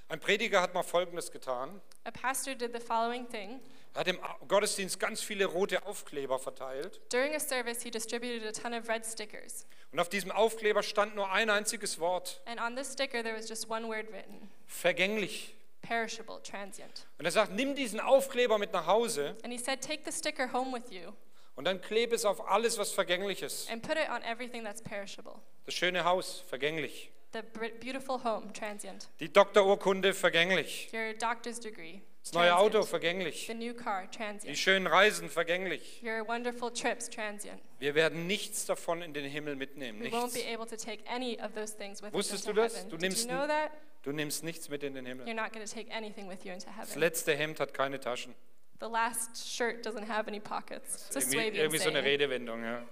Speaker 1: Ein Prediger hat mal Folgendes getan.
Speaker 2: A pastor did the following thing.
Speaker 1: Er hat im Gottesdienst ganz viele rote Aufkleber verteilt.
Speaker 2: During a service, he distributed a ton of red stickers,
Speaker 1: Und auf diesem Aufkleber stand nur ein einziges Wort,
Speaker 2: and on this sticker, there was just one word written
Speaker 1: vergänglich.
Speaker 2: perishable, transient.
Speaker 1: Und er sagt, nimm diesen Aufkleber mit nach Hause
Speaker 2: And he said, Take the sticker home with you
Speaker 1: und dann klebe es auf alles, was vergänglich ist.
Speaker 2: and put it on everything that's perishable.
Speaker 1: Das schöne Haus, vergänglich.
Speaker 2: The br- beautiful home, transient.
Speaker 1: Die Doktorurkunde, vergänglich.
Speaker 2: Your doctor's degree.
Speaker 1: Das neue Auto,
Speaker 2: transient.
Speaker 1: vergänglich.
Speaker 2: The new car,
Speaker 1: Die
Speaker 2: transient.
Speaker 1: schönen Reisen, vergänglich.
Speaker 2: Your wonderful trips, transient.
Speaker 1: Wir werden nichts davon in den Himmel mitnehmen.
Speaker 2: We won't
Speaker 1: Nichts.
Speaker 2: be able to take any of those things with us
Speaker 1: Wusstest
Speaker 2: into
Speaker 1: du das?
Speaker 2: heaven.
Speaker 1: Du
Speaker 2: Did
Speaker 1: nimmst
Speaker 2: you know
Speaker 1: n-
Speaker 2: that?
Speaker 1: Du nimmst nichts mit in den Himmel.
Speaker 2: You're not going to take anything with you into
Speaker 1: Das
Speaker 2: heaven.
Speaker 1: letzte Hemd hat keine Taschen.
Speaker 2: The last shirt doesn't have any pockets. It's a
Speaker 1: Irgendwie,
Speaker 2: Swabian
Speaker 1: irgendwie so eine
Speaker 2: saying.
Speaker 1: Redewendung, ja.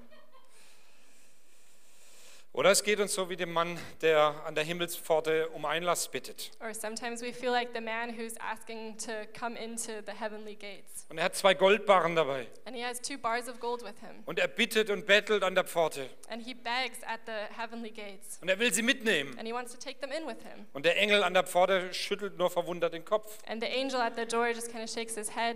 Speaker 1: Oder es geht uns so wie dem Mann, der an der Himmelspforte um Einlass bittet.
Speaker 2: Or sometimes we feel like the man who's asking to come into the heavenly gates.
Speaker 1: Und er hat zwei Goldbarren dabei.
Speaker 2: And he has two bars of gold with him.
Speaker 1: Und er bittet und bettelt an der Pforte.
Speaker 2: And he begs at the heavenly gates.
Speaker 1: Und er will sie mitnehmen.
Speaker 2: And he wants to take them in with him.
Speaker 1: Und der Engel an der Pforte schüttelt nur verwundert den Kopf
Speaker 2: And the angel at the door just kind of shakes his head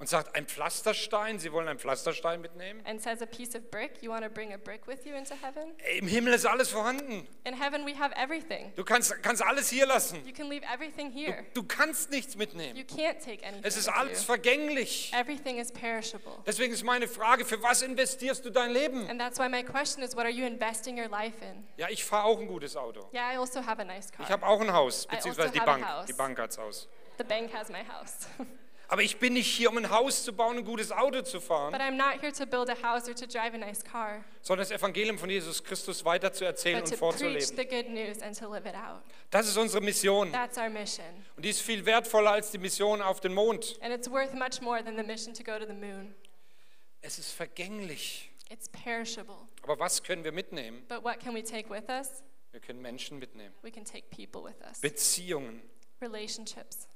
Speaker 1: und sagt, ein Pflasterstein, Sie wollen einen Pflasterstein mitnehmen?
Speaker 2: and says, A piece of brick? You want to bring a brick with you into heaven?
Speaker 1: Ey, Im Himmel ist alles vorhanden.
Speaker 2: In heaven, we have everything.
Speaker 1: Du kannst, kannst alles hier lassen.
Speaker 2: You can leave everything here.
Speaker 1: Du kannst nichts mitnehmen.
Speaker 2: You can't take anything.
Speaker 1: Es ist
Speaker 2: with
Speaker 1: alles
Speaker 2: you.
Speaker 1: vergänglich.
Speaker 2: Everything is perishable.
Speaker 1: Deswegen ist meine Frage, für was investierst du dein Leben?
Speaker 2: And that's why my question is what are you investing your life in?
Speaker 1: Ja, ich fahre auch ein gutes Auto.
Speaker 2: Yeah, I also have a nice
Speaker 1: Ich
Speaker 2: car.
Speaker 1: habe auch ein Haus,
Speaker 2: I also
Speaker 1: beziehungsweise die
Speaker 2: have a
Speaker 1: Bank.
Speaker 2: house.
Speaker 1: Die Bank hat's Haus.
Speaker 2: The bank has my house.
Speaker 1: Aber ich bin nicht hier, um ein Haus zu bauen, ein gutes Auto zu
Speaker 2: but
Speaker 1: fahren,
Speaker 2: I'm not here to build a house or to drive a nice car,
Speaker 1: sondern das Evangelium von Jesus Christus weiter zu erzählen
Speaker 2: but
Speaker 1: und
Speaker 2: to preach
Speaker 1: vorzuleben.
Speaker 2: the good news and to live it out.
Speaker 1: Das ist unsere Mission.
Speaker 2: That's our mission.
Speaker 1: Und die ist viel wertvoller als die Mission auf den Mond.
Speaker 2: And it's worth much more than the mission to go to the moon.
Speaker 1: Es ist vergänglich.
Speaker 2: It's perishable.
Speaker 1: Aber was können wir mitnehmen?
Speaker 2: But what can we take with us?
Speaker 1: Wir können Menschen mitnehmen.
Speaker 2: We can take people with us.
Speaker 1: Beziehungen.
Speaker 2: Relationships.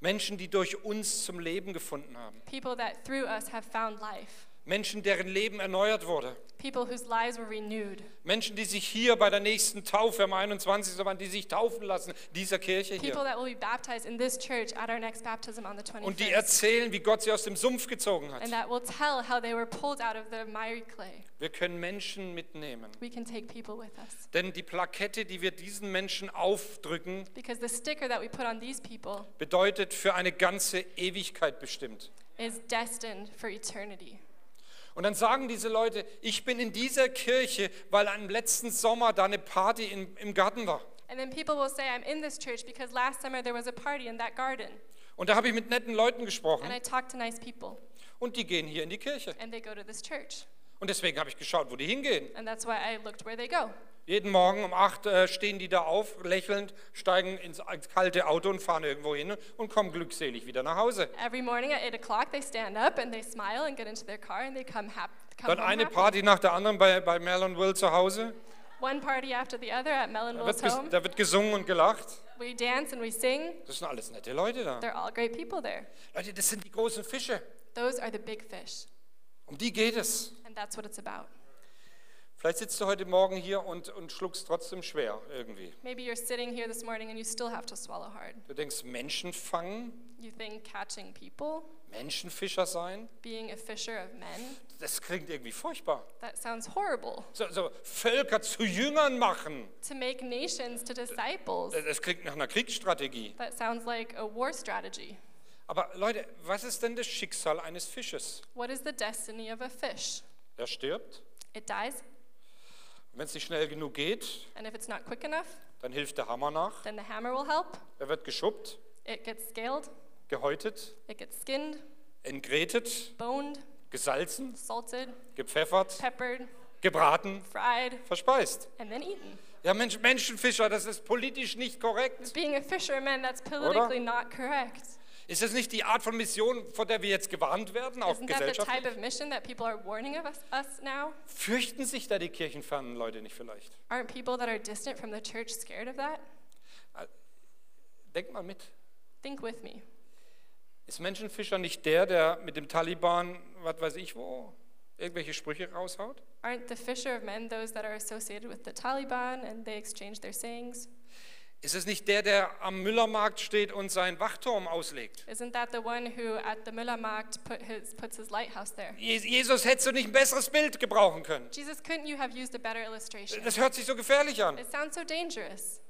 Speaker 1: Menschen, die durch uns zum Leben gefunden haben.
Speaker 2: People that through us have found life.
Speaker 1: Menschen, deren Leben erneuert wurde.
Speaker 2: People whose lives were renewed.
Speaker 1: Menschen, die sich hier bei der nächsten Taufe am 21. waren, die sich taufen lassen, dieser Kirche
Speaker 2: People
Speaker 1: hier.
Speaker 2: that will be baptized in this church at our next baptism on the
Speaker 1: Und die
Speaker 2: 21st.
Speaker 1: erzählen, wie Gott sie aus dem Sumpf gezogen
Speaker 2: And
Speaker 1: hat.
Speaker 2: that will tell how they were pulled out of the miry clay.
Speaker 1: Wir können Menschen mitnehmen.
Speaker 2: We can take people with us.
Speaker 1: Denn die Plakette, die wir diesen Menschen aufdrücken,
Speaker 2: Because the sticker that we put on these people
Speaker 1: bedeutet für eine ganze Ewigkeit bestimmt.
Speaker 2: is destined for eternity.
Speaker 1: Und dann sagen diese Leute, ich bin in dieser Kirche, weil am letzten Sommer da eine Party im, im Garten war.
Speaker 2: And then people will say, I'm in this church because last summer there was a party in that garden.
Speaker 1: Und da habe ich mit netten Leuten
Speaker 2: And
Speaker 1: gesprochen
Speaker 2: I talk to nice people,
Speaker 1: und die gehen hier in die Kirche.
Speaker 2: and they go to this church.
Speaker 1: Und deswegen habe ich geschaut, wo die hingehen.
Speaker 2: And that's why I looked where they go.
Speaker 1: Jeden Morgen um 8 äh, stehen die da auf, lächelnd, steigen ins kalte Auto und fahren irgendwo hin und kommen glückselig wieder nach Hause.
Speaker 2: Every morning at 8 o'clock, they stand up and they smile and get into their car and they come, hap- come
Speaker 1: Dann
Speaker 2: home
Speaker 1: eine
Speaker 2: happy.
Speaker 1: Party nach der anderen bei, bei Mel und Will zu Hause.
Speaker 2: One party after the other at Melon
Speaker 1: Da
Speaker 2: Will's
Speaker 1: wird, ges-
Speaker 2: home.
Speaker 1: da wird gesungen und gelacht.
Speaker 2: We dance and we sing.
Speaker 1: Das sind alles nette Leute da.
Speaker 2: They're all great people there.
Speaker 1: Leute, das sind die großen Fische.
Speaker 2: Those are the big fish,
Speaker 1: Um die geht es.
Speaker 2: and that's what it's about.
Speaker 1: Vielleicht sitzt du heute Morgen hier und, und schluckst trotzdem schwer irgendwie.
Speaker 2: Maybe you're sitting here this morning and you still have to swallow hard.
Speaker 1: Du denkst, Menschen fangen,
Speaker 2: You think catching people,
Speaker 1: Menschenfischer sein,
Speaker 2: being a fisher of men,
Speaker 1: das klingt irgendwie furchtbar.
Speaker 2: that sounds horrible.
Speaker 1: So, so Völker zu Jüngern machen,
Speaker 2: To make nations to disciples,
Speaker 1: das- das klingt nach einer Kriegsstrategie.
Speaker 2: that sounds like a war strategy.
Speaker 1: Aber Leute, was ist denn das Schicksal eines Fisches?
Speaker 2: What is the destiny of a fish?
Speaker 1: Er stirbt.
Speaker 2: It dies,
Speaker 1: Wenn es nicht schnell genug geht,
Speaker 2: and if it's not quick enough,
Speaker 1: dann hilft der Hammer nach.
Speaker 2: then the hammer will help.
Speaker 1: Er wird geschubbt,
Speaker 2: It gets scaled,
Speaker 1: gehäutet,
Speaker 2: it gets skinned,
Speaker 1: entgrätet,
Speaker 2: boned,
Speaker 1: gesalzen,
Speaker 2: salted,
Speaker 1: gepfeffert,
Speaker 2: peppered,
Speaker 1: gebraten,
Speaker 2: fried,
Speaker 1: verspeist.
Speaker 2: and then eaten.
Speaker 1: Ja, Mensch, Menschenfischer, das ist politisch nicht korrekt.
Speaker 2: Being a fisherman, that's politically not correct.
Speaker 1: Ist das nicht die Art von Mission, vor der wir jetzt gewarnt werden, auch
Speaker 2: Isn't that the
Speaker 1: Gesellschaft?
Speaker 2: type of mission that people are warning of us, us now?
Speaker 1: Fürchten sich da die kirchenfernen Leute nicht vielleicht?
Speaker 2: Aren't people that are distant from the church scared of that?
Speaker 1: Denk mal mit.
Speaker 2: Think with me.
Speaker 1: Ist Menschenfischer nicht der, der mit dem Taliban, was weiß ich wo, irgendwelche Sprüche raushaut?
Speaker 2: Aren't the fisher of men those that are associated with the Taliban and they exchange their sayings?
Speaker 1: Ist es nicht der, der am Müllermarkt steht und seinen Wachturm auslegt?
Speaker 2: Isn't that the one who at the Müllermarkt put his, puts his lighthouse there?
Speaker 1: Je- Jesus, hättest du nicht ein besseres Bild gebrauchen können?
Speaker 2: Jesus, couldn't you have used a better illustration?
Speaker 1: Das hört sich so gefährlich an.
Speaker 2: It sounds so dangerous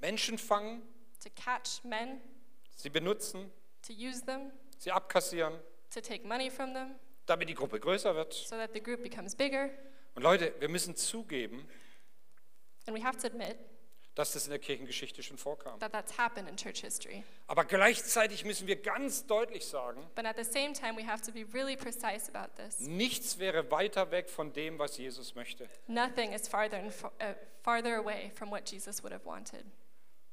Speaker 1: Menschen fangen,
Speaker 2: to catch men,
Speaker 1: sie benutzen,
Speaker 2: to use them,
Speaker 1: sie abkassieren,
Speaker 2: to take money from them
Speaker 1: damit die Gruppe größer wird.
Speaker 2: so that the group becomes bigger.
Speaker 1: Und Leute, wir müssen zugeben,
Speaker 2: And we have to admit
Speaker 1: dass das in der Kirchengeschichte schon vorkam.
Speaker 2: that that's happened in church history.
Speaker 1: Aber gleichzeitig müssen wir ganz deutlich sagen,
Speaker 2: But at the same time, we have to be really precise about this.
Speaker 1: nichts wäre weiter weg von dem, was Jesus möchte.
Speaker 2: Nothing is farther and fa- uh, farther away from what Jesus would have wanted.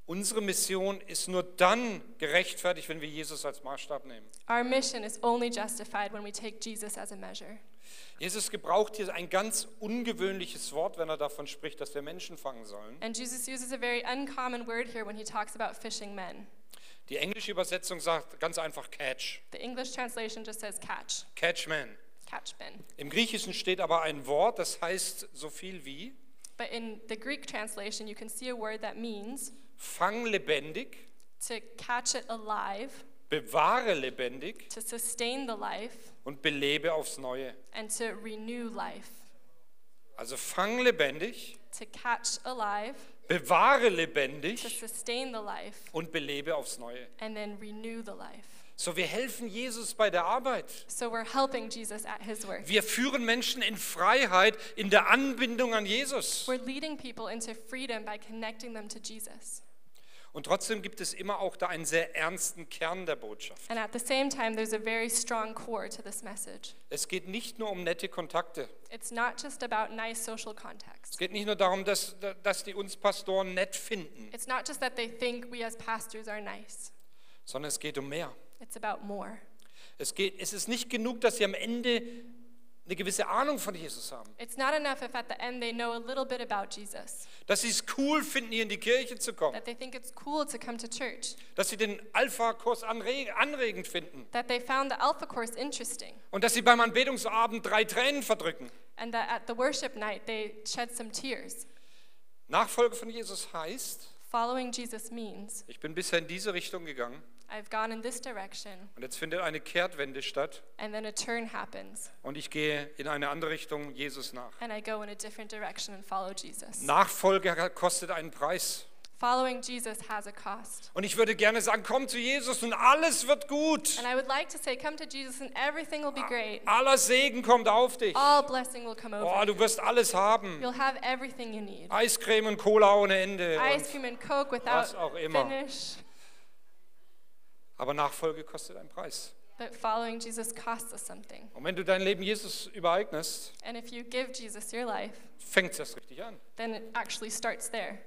Speaker 1: Unsere Mission ist nur dann gerechtfertigt, wenn wir Jesus als Maßstab nehmen.
Speaker 2: Our mission is only justified when we take Jesus as a measure.
Speaker 1: Jesus gebraucht hier ein ganz ungewöhnliches Wort, wenn er davon spricht, dass wir Menschen fangen sollen.
Speaker 2: And Jesus uses a very uncommon word here when he talks about fishing men.
Speaker 1: Die englische Übersetzung sagt ganz einfach catch,
Speaker 2: The English translation just says catch,
Speaker 1: catchman.
Speaker 2: catch men.
Speaker 1: Im Griechischen steht aber ein Wort, das heißt so viel wie
Speaker 2: But in the Greek translation, you can see a word that means
Speaker 1: fang lebendig,
Speaker 2: to catch it alive,
Speaker 1: bewahre lebendig
Speaker 2: to sustain the life,
Speaker 1: und belebe aufs Neue.
Speaker 2: and to renew life.
Speaker 1: Also fang lebendig,
Speaker 2: To catch alive,
Speaker 1: Bewahre
Speaker 2: to
Speaker 1: lebendig
Speaker 2: sustain the life,
Speaker 1: und belebe aufs Neue.
Speaker 2: and then renew the life.
Speaker 1: So, wir helfen Jesus bei der Arbeit.
Speaker 2: So we're helping Jesus at his work.
Speaker 1: Wir führen Menschen in Freiheit, in der Anbindung an Jesus.
Speaker 2: We're leading people into freedom by connecting them to Jesus.
Speaker 1: Und trotzdem gibt es immer auch da einen sehr ernsten Kern der Botschaft.
Speaker 2: And at the same time, there's a very strong core to this message.
Speaker 1: Es geht nicht nur um nette Kontakte.
Speaker 2: It's not just about nice social
Speaker 1: Es
Speaker 2: contacts.
Speaker 1: geht nicht nur darum, dass, dass die uns Pastoren nett finden,
Speaker 2: It's not just that they think we as pastors are nice.
Speaker 1: sondern es geht um mehr.
Speaker 2: It's about more.
Speaker 1: Es, geht, es ist nicht genug, dass sie am Ende eine gewisse Ahnung von Jesus haben.
Speaker 2: It's not enough if at the end they know a little bit about Jesus,
Speaker 1: Dass sie es cool finden, hier in die Kirche zu kommen.
Speaker 2: that they think it's cool to come to church,
Speaker 1: Dass sie den Alpha-Kurs anre- anregend finden.
Speaker 2: that they found the Alpha course interesting,
Speaker 1: Und dass sie beim Anbetungsabend drei Tränen verdrücken.
Speaker 2: and that at the worship night they shed some tears.
Speaker 1: Nachfolge von Jesus heißt,
Speaker 2: Following Jesus means
Speaker 1: ich bin bisher in diese Richtung gegangen
Speaker 2: I've gone in this direction,
Speaker 1: und jetzt findet eine Kehrtwende statt
Speaker 2: and then a turn happens,
Speaker 1: und ich gehe in eine andere Richtung Jesus nach.
Speaker 2: and I go in a different direction and follow Jesus.
Speaker 1: Nachfolge kostet einen Preis.
Speaker 2: Following Jesus has a cost.
Speaker 1: Und ich würde gerne sagen, komm zu Jesus und alles wird gut.
Speaker 2: And I would like to say, come to Jesus and everything will be great.
Speaker 1: Aller Segen kommt auf dich.
Speaker 2: All blessing will come over.
Speaker 1: Oh,
Speaker 2: you.
Speaker 1: du wirst alles haben.
Speaker 2: You'll have everything you need.
Speaker 1: Eiscreme und Cola ohne Ende.
Speaker 2: Ice
Speaker 1: Und-
Speaker 2: cream and Coke
Speaker 1: was
Speaker 2: without
Speaker 1: auch immer.
Speaker 2: finish.
Speaker 1: Aber Nachfolge kostet einen Preis.
Speaker 2: But following Jesus costs us something.
Speaker 1: Und wenn du dein Leben Jesus übereignest,
Speaker 2: And if you give Jesus your life,
Speaker 1: fängt es erst richtig an.
Speaker 2: then it actually starts there.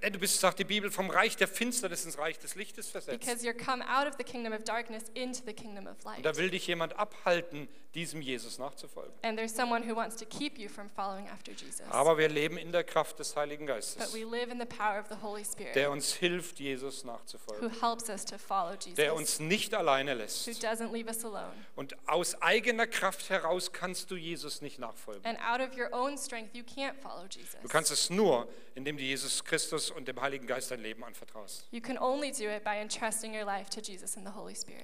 Speaker 1: Wenn Du bist, sagt die Bibel, vom Reich der Finsternis ins Reich des Lichtes versetzt.
Speaker 2: Because you're come out of the kingdom of darkness into the kingdom of
Speaker 1: Und
Speaker 2: light.
Speaker 1: da will dich jemand abhalten, diesem Jesus nachzufolgen.
Speaker 2: And there's someone who wants to keep you from following after Jesus.
Speaker 1: Aber wir leben in der Kraft des Heiligen
Speaker 2: But
Speaker 1: Geistes,
Speaker 2: we live in the power of the Holy Spirit
Speaker 1: der uns hilft, Jesus
Speaker 2: who
Speaker 1: nachzufolgen,
Speaker 2: helps us to follow
Speaker 1: der
Speaker 2: Jesus,
Speaker 1: uns nicht alleine
Speaker 2: who
Speaker 1: lässt.
Speaker 2: doesn't leave us alone.
Speaker 1: Und aus eigener Kraft heraus kannst du Jesus nicht nachfolgen.
Speaker 2: And out of your own strength, you can't follow Jesus.
Speaker 1: Du kannst es nur, indem du Jesus Christus und dem Heiligen Geist dein Leben anvertraust.
Speaker 2: You can only do it by entrusting your life to Jesus and the Holy Spirit.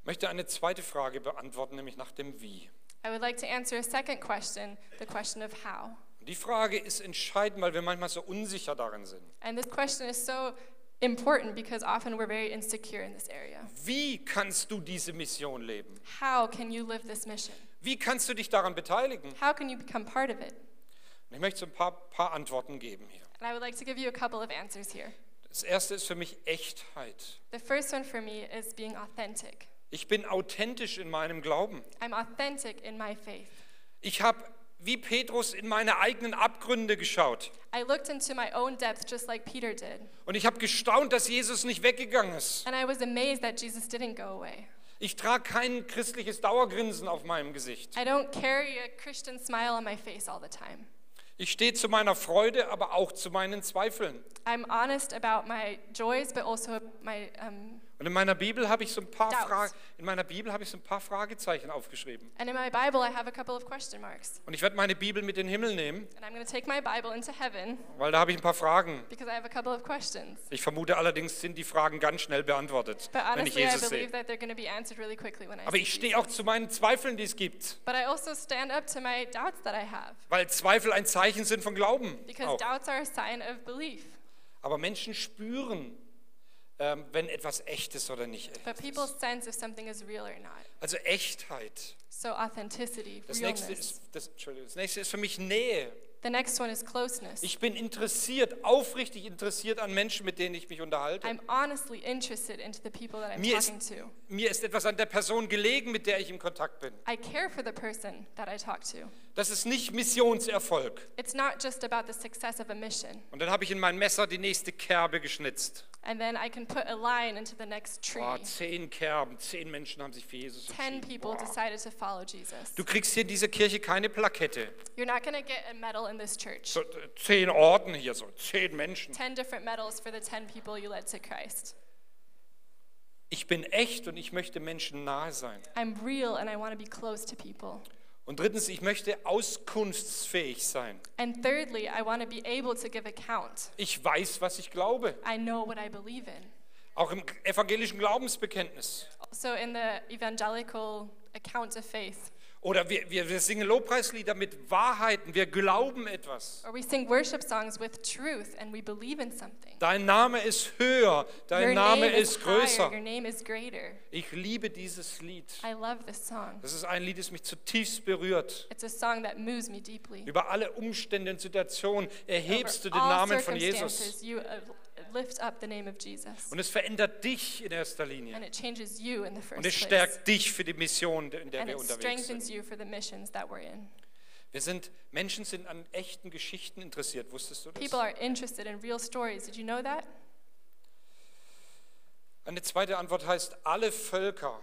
Speaker 1: Ich möchte eine zweite Frage beantworten, nämlich nach dem Wie.
Speaker 2: I would like to answer a second question the question of how.
Speaker 1: Und die Frage ist entscheidend, weil wir manchmal so unsicher darin sind.
Speaker 2: And this question is so important because often we're very insecure in this area.
Speaker 1: Wie kannst du diese Mission leben?
Speaker 2: How can you live this mission?
Speaker 1: Wie kannst du dich daran beteiligen?
Speaker 2: How can you become part of it?
Speaker 1: Und ich möchte so ein paar, paar Antworten geben hier.
Speaker 2: And I would like to give you a couple of answers here.
Speaker 1: Das erste ist für mich Echtheit.
Speaker 2: The first one for me is being authentic.
Speaker 1: Ich bin authentisch in meinem Glauben.
Speaker 2: I'm authentic in my faith.
Speaker 1: Ich habe wie Petrus in meine eigenen Abgründe geschaut.
Speaker 2: I looked into my own depth just like Peter did,
Speaker 1: Und ich habe gestaunt, dass Jesus nicht weggegangen ist.
Speaker 2: and I was amazed that Jesus didn't go away.
Speaker 1: Ich trage kein christliches Dauergrinsen auf meinem Gesicht.
Speaker 2: I don't carry a Christian smile on my face all the time.
Speaker 1: Ich stehe zu meiner Freude, aber auch zu meinen Zweifeln.
Speaker 2: I'm honest about my joys, but also my um,
Speaker 1: Und in meiner Bibel habe ich so ein paar
Speaker 2: Doubts.
Speaker 1: Fra in meiner Bibel habe ich so ein paar Fragezeichen aufgeschrieben.
Speaker 2: and in my Bible I have a couple of question marks.
Speaker 1: Und ich werde meine Bibel mit in den Himmel nehmen,
Speaker 2: And I'm going to take my Bible into heaven
Speaker 1: weil da habe ich ein paar Fragen.
Speaker 2: because I have a couple of questions.
Speaker 1: Ich vermute allerdings sind die Fragen ganz schnell beantwortet,
Speaker 2: But
Speaker 1: wenn ich
Speaker 2: honestly, I
Speaker 1: Jesus
Speaker 2: believe
Speaker 1: sehe.
Speaker 2: that they're going to be answered really quickly when I
Speaker 1: Aber
Speaker 2: see
Speaker 1: ich
Speaker 2: Jesus.
Speaker 1: stehe auch zu meinen Zweifeln, die es gibt,
Speaker 2: But I also stand up to my doubts that I have
Speaker 1: weil Zweifel ein Zeichen sind von Glauben.
Speaker 2: because
Speaker 1: Auch.
Speaker 2: doubts are a sign of belief.
Speaker 1: Aber Menschen spüren, ähm, wenn etwas echt ist oder nicht echt.
Speaker 2: But people sense if something is real or not.
Speaker 1: Also Echtheit.
Speaker 2: So authenticity,
Speaker 1: Das nächste,
Speaker 2: realness.
Speaker 1: ist, das, Entschuldigung, das nächste ist für mich Nähe.
Speaker 2: The next one is closeness.
Speaker 1: Ich bin interessiert, aufrichtig interessiert an Menschen, mit denen ich mich unterhalte.
Speaker 2: I'm honestly interested into the people that I'm
Speaker 1: Mir ist-
Speaker 2: talking to.
Speaker 1: Mir ist etwas an der Person gelegen, mit der ich im Kontakt bin.
Speaker 2: I care for the person that I talk to.
Speaker 1: Das ist nicht Missionserfolg.
Speaker 2: It's not just about the success of a mission.
Speaker 1: Und dann habe ich in mein Messer die nächste Kerbe geschnitzt.
Speaker 2: And then I can put a line into the next tree.
Speaker 1: Oh, zehn Kerben, zehn Menschen haben sich für Jesus
Speaker 2: Ten
Speaker 1: entschieden.
Speaker 2: people decided to follow Jesus.
Speaker 1: Du kriegst hier in dieser Kirche keine Plakette.
Speaker 2: You're not going to get a medal in this church.
Speaker 1: So, äh, zehn Orden hier, so zehn Menschen.
Speaker 2: Ten different medals for the ten people you led to Christ.
Speaker 1: Ich bin echt und ich möchte Menschen nahe sein.
Speaker 2: I'm real and I want to be close to people.
Speaker 1: Und drittens, ich möchte auskunftsfähig sein.
Speaker 2: And thirdly, I want to be able to give account.
Speaker 1: Ich weiß, was ich glaube.
Speaker 2: I know what I believe in.
Speaker 1: Auch im evangelischen Glaubensbekenntnis.
Speaker 2: Also in the evangelical account of faith,
Speaker 1: Oder wir, wir, wir singen Lobpreislieder mit Wahrheiten. Wir glauben etwas.
Speaker 2: or we sing worship songs with truth and we believe in something.
Speaker 1: Dein Name ist höher, dein Name ist größer.
Speaker 2: higher, your name is greater.
Speaker 1: Ich liebe dieses Lied.
Speaker 2: I love this song.
Speaker 1: Das ist ein Lied, das mich zutiefst berührt.
Speaker 2: It's a song that moves me deeply.
Speaker 1: Über alle Umstände und Situationen erhebst du
Speaker 2: Over
Speaker 1: den
Speaker 2: all
Speaker 1: Namen von Jesus.
Speaker 2: circumstances, You uh, lift up the name of Jesus.
Speaker 1: Und es verändert dich in erster
Speaker 2: And
Speaker 1: Linie.
Speaker 2: it changes you in the
Speaker 1: Und
Speaker 2: first
Speaker 1: es
Speaker 2: place.
Speaker 1: stärkt dich für die Mission, in der
Speaker 2: And
Speaker 1: wir
Speaker 2: it
Speaker 1: unterwegs sind.
Speaker 2: strengthens you for the missions that we're in.
Speaker 1: Wir sind, Menschen sind an echten Geschichten interessiert. Wusstest du
Speaker 2: People
Speaker 1: das?
Speaker 2: are interested in real stories. Did you know that?
Speaker 1: Eine zweite Antwort heißt, alle Völker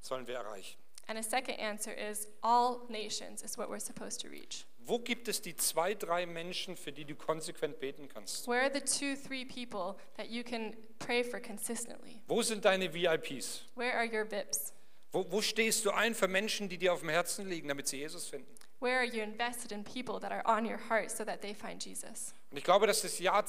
Speaker 1: sollen wir erreichen.
Speaker 2: And a second answer is all nations is what we're supposed to reach.
Speaker 1: Wo gibt es die zwei, drei Menschen, für die du konsequent beten kannst?
Speaker 2: Where are the two, three people that you can pray for consistently?
Speaker 1: Wo sind deine VIPs?
Speaker 2: Where are your VIPs?
Speaker 1: Wo, wo stehst du ein für Menschen, die dir auf dem Herzen liegen, damit sie Jesus finden?
Speaker 2: Where are you invested in people that are on your heart so that they find Jesus?
Speaker 1: Und ich glaube, dass das Jahr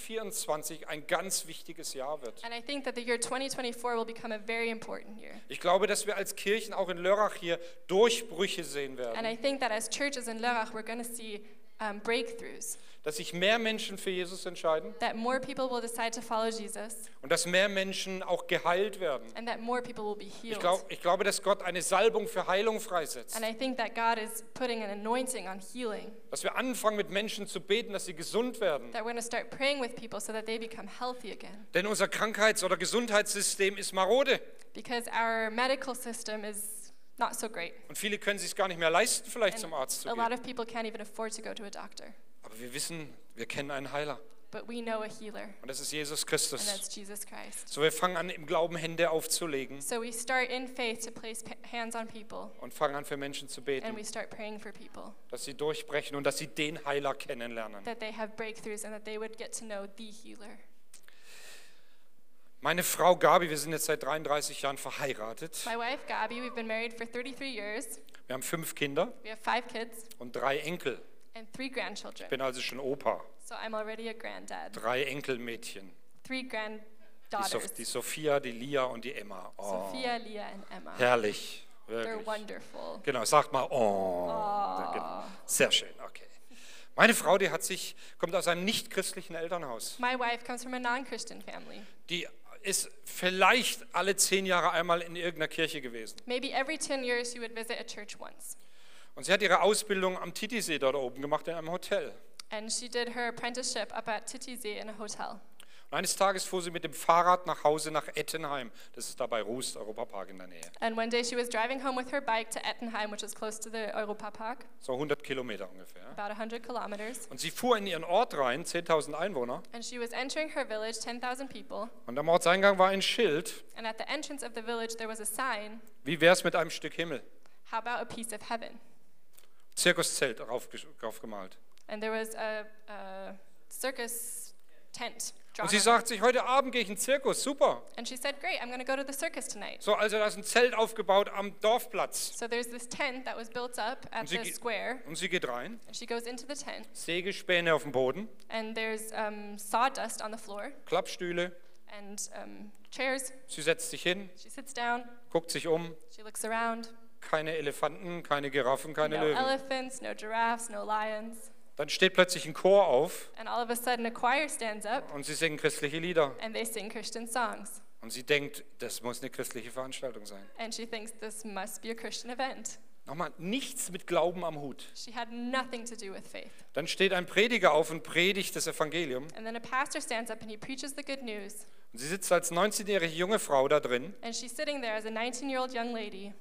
Speaker 1: 2024 ein ganz wichtiges Jahr wird.
Speaker 2: And I think that the year 2024 will become a very important year.
Speaker 1: Ich glaube, dass wir als Kirchen auch in Lörrach hier Durchbrüche sehen
Speaker 2: And I
Speaker 1: werden.
Speaker 2: think that as churches in Lörrach, we're going to see um, breakthroughs.
Speaker 1: dass sich mehr Menschen für Jesus entscheiden
Speaker 2: that more people will decide to follow Jesus,
Speaker 1: und dass mehr Menschen auch geheilt werden.
Speaker 2: and that more people will be
Speaker 1: Ich,
Speaker 2: healed.
Speaker 1: glaub, ich glaube, dass Gott eine Salbung für Heilung freisetzt.
Speaker 2: And I think that God is putting an anointing on healing,
Speaker 1: Dass wir anfangen, mit Menschen zu beten, dass sie gesund werden.
Speaker 2: that we're going to start praying with people so that they become healthy again.
Speaker 1: Denn unser Krankheits- oder Gesundheitssystem ist marode.
Speaker 2: Because our medical system is not so great.
Speaker 1: Und viele können sich gar nicht mehr leisten, vielleicht
Speaker 2: And
Speaker 1: zum Arzt zu
Speaker 2: a lot
Speaker 1: gehen.
Speaker 2: of people can't even afford to go to a doctor.
Speaker 1: Aber wir wissen, wir kennen einen Heiler.
Speaker 2: But we know a healer,
Speaker 1: Und das ist Jesus
Speaker 2: and
Speaker 1: Christus.
Speaker 2: that's Jesus Christ.
Speaker 1: So wir fangen an, im Glauben Hände aufzulegen
Speaker 2: So we start in faith to place pa- hands on people,
Speaker 1: und fangen an, für Menschen zu
Speaker 2: and
Speaker 1: beten,
Speaker 2: we start praying for people
Speaker 1: dass sie durchbrechen und dass sie den Heiler kennenlernen.
Speaker 2: that they have breakthroughs and that they would get to know the healer.
Speaker 1: Meine Frau Gabi, wir sind jetzt seit 33 Jahren verheiratet.
Speaker 2: My wife, Gabby, we've been married for 33 years.
Speaker 1: Wir haben fünf Kinder
Speaker 2: We have five kids
Speaker 1: und drei Enkel.
Speaker 2: and three grandchildren.
Speaker 1: Ich bin also schon Opa.
Speaker 2: So I'm already a granddad.
Speaker 1: Drei Enkelmädchen.
Speaker 2: Three
Speaker 1: Die, so
Speaker 2: granddaughters
Speaker 1: die Sophia, die Lia und die Emma. Oh,
Speaker 2: Sophia, Leah, and Emma.
Speaker 1: herrlich.
Speaker 2: They're
Speaker 1: Wirklich.
Speaker 2: wonderful.
Speaker 1: Genau, sagt mal, oh.
Speaker 2: Ah.
Speaker 1: Ja, Genau. Sehr schön, okay. Meine Frau, die hat sich, kommt aus einem nicht-christlichen Elternhaus.
Speaker 2: My wife comes from a non Christian family.
Speaker 1: Die ist vielleicht alle zehn Jahre einmal in irgendeiner Kirche gewesen.
Speaker 2: Maybe every 10 years she would visit a church once.
Speaker 1: Und sie hat ihre Ausbildung am Titisee dort oben gemacht, in einem Hotel.
Speaker 2: And she did her apprenticeship up at Titisee in a hotel.
Speaker 1: Und eines Tages fuhr sie mit dem Fahrrad nach Hause nach Ettenheim. Das ist da bei Rust, Europapark in der Nähe.
Speaker 2: And one day she was driving home with her bike to Ettenheim, which is close to the Europa Park,
Speaker 1: So 100 Kilometer ungefähr.
Speaker 2: about 100 kilometers.
Speaker 1: Und sie fuhr in ihren Ort rein, 10.000 Einwohner.
Speaker 2: And she was entering her village, 10,000 people.
Speaker 1: Und am Ortseingang war ein Schild.
Speaker 2: And at the entrance of the village, there was a sign
Speaker 1: Wie wär's mit einem Stück Himmel?
Speaker 2: How about a piece of heaven?
Speaker 1: Zirkuszelt draufgesch- draufgemalt.
Speaker 2: And there was a, a circus tent drawn.
Speaker 1: Und sie
Speaker 2: on it.
Speaker 1: sagt sich, heute Abend gehe ich in den Zirkus, super.
Speaker 2: and she said, Great, I'm going to go to the circus tonight.
Speaker 1: So, also da ist ein Zelt aufgebaut am Dorfplatz.
Speaker 2: So there's this tent that was built up at
Speaker 1: Und sie
Speaker 2: the
Speaker 1: ge-
Speaker 2: square.
Speaker 1: Und sie geht rein,
Speaker 2: And she goes into the tent,
Speaker 1: Sägespäne auf dem Boden,
Speaker 2: and there's um, sawdust on the floor
Speaker 1: Klappstühle.
Speaker 2: and um, chairs.
Speaker 1: Sie setzt sich hin,
Speaker 2: She sits down,
Speaker 1: guckt sich um.
Speaker 2: she looks around.
Speaker 1: Keine Elefanten, keine Giraffen, keine
Speaker 2: no
Speaker 1: Löwen.
Speaker 2: elephants, no giraffes, no lions.
Speaker 1: Dann steht plötzlich ein Chor auf
Speaker 2: And all of a sudden, a choir stands up
Speaker 1: und sie singen christliche Lieder.
Speaker 2: and they sing Christian songs.
Speaker 1: Und sie denkt, das muss eine christliche Veranstaltung sein.
Speaker 2: And she thinks this must be a Christian event.
Speaker 1: Nochmal, nichts mit Glauben am Hut.
Speaker 2: She had nothing to do with faith.
Speaker 1: Dann steht ein Prediger auf und predigt das Evangelium.
Speaker 2: And then a pastor stands up and he preaches the good news.
Speaker 1: Und sie sitzt als 19-jährige junge Frau da drin
Speaker 2: And she's sitting there as a 19 year old young lady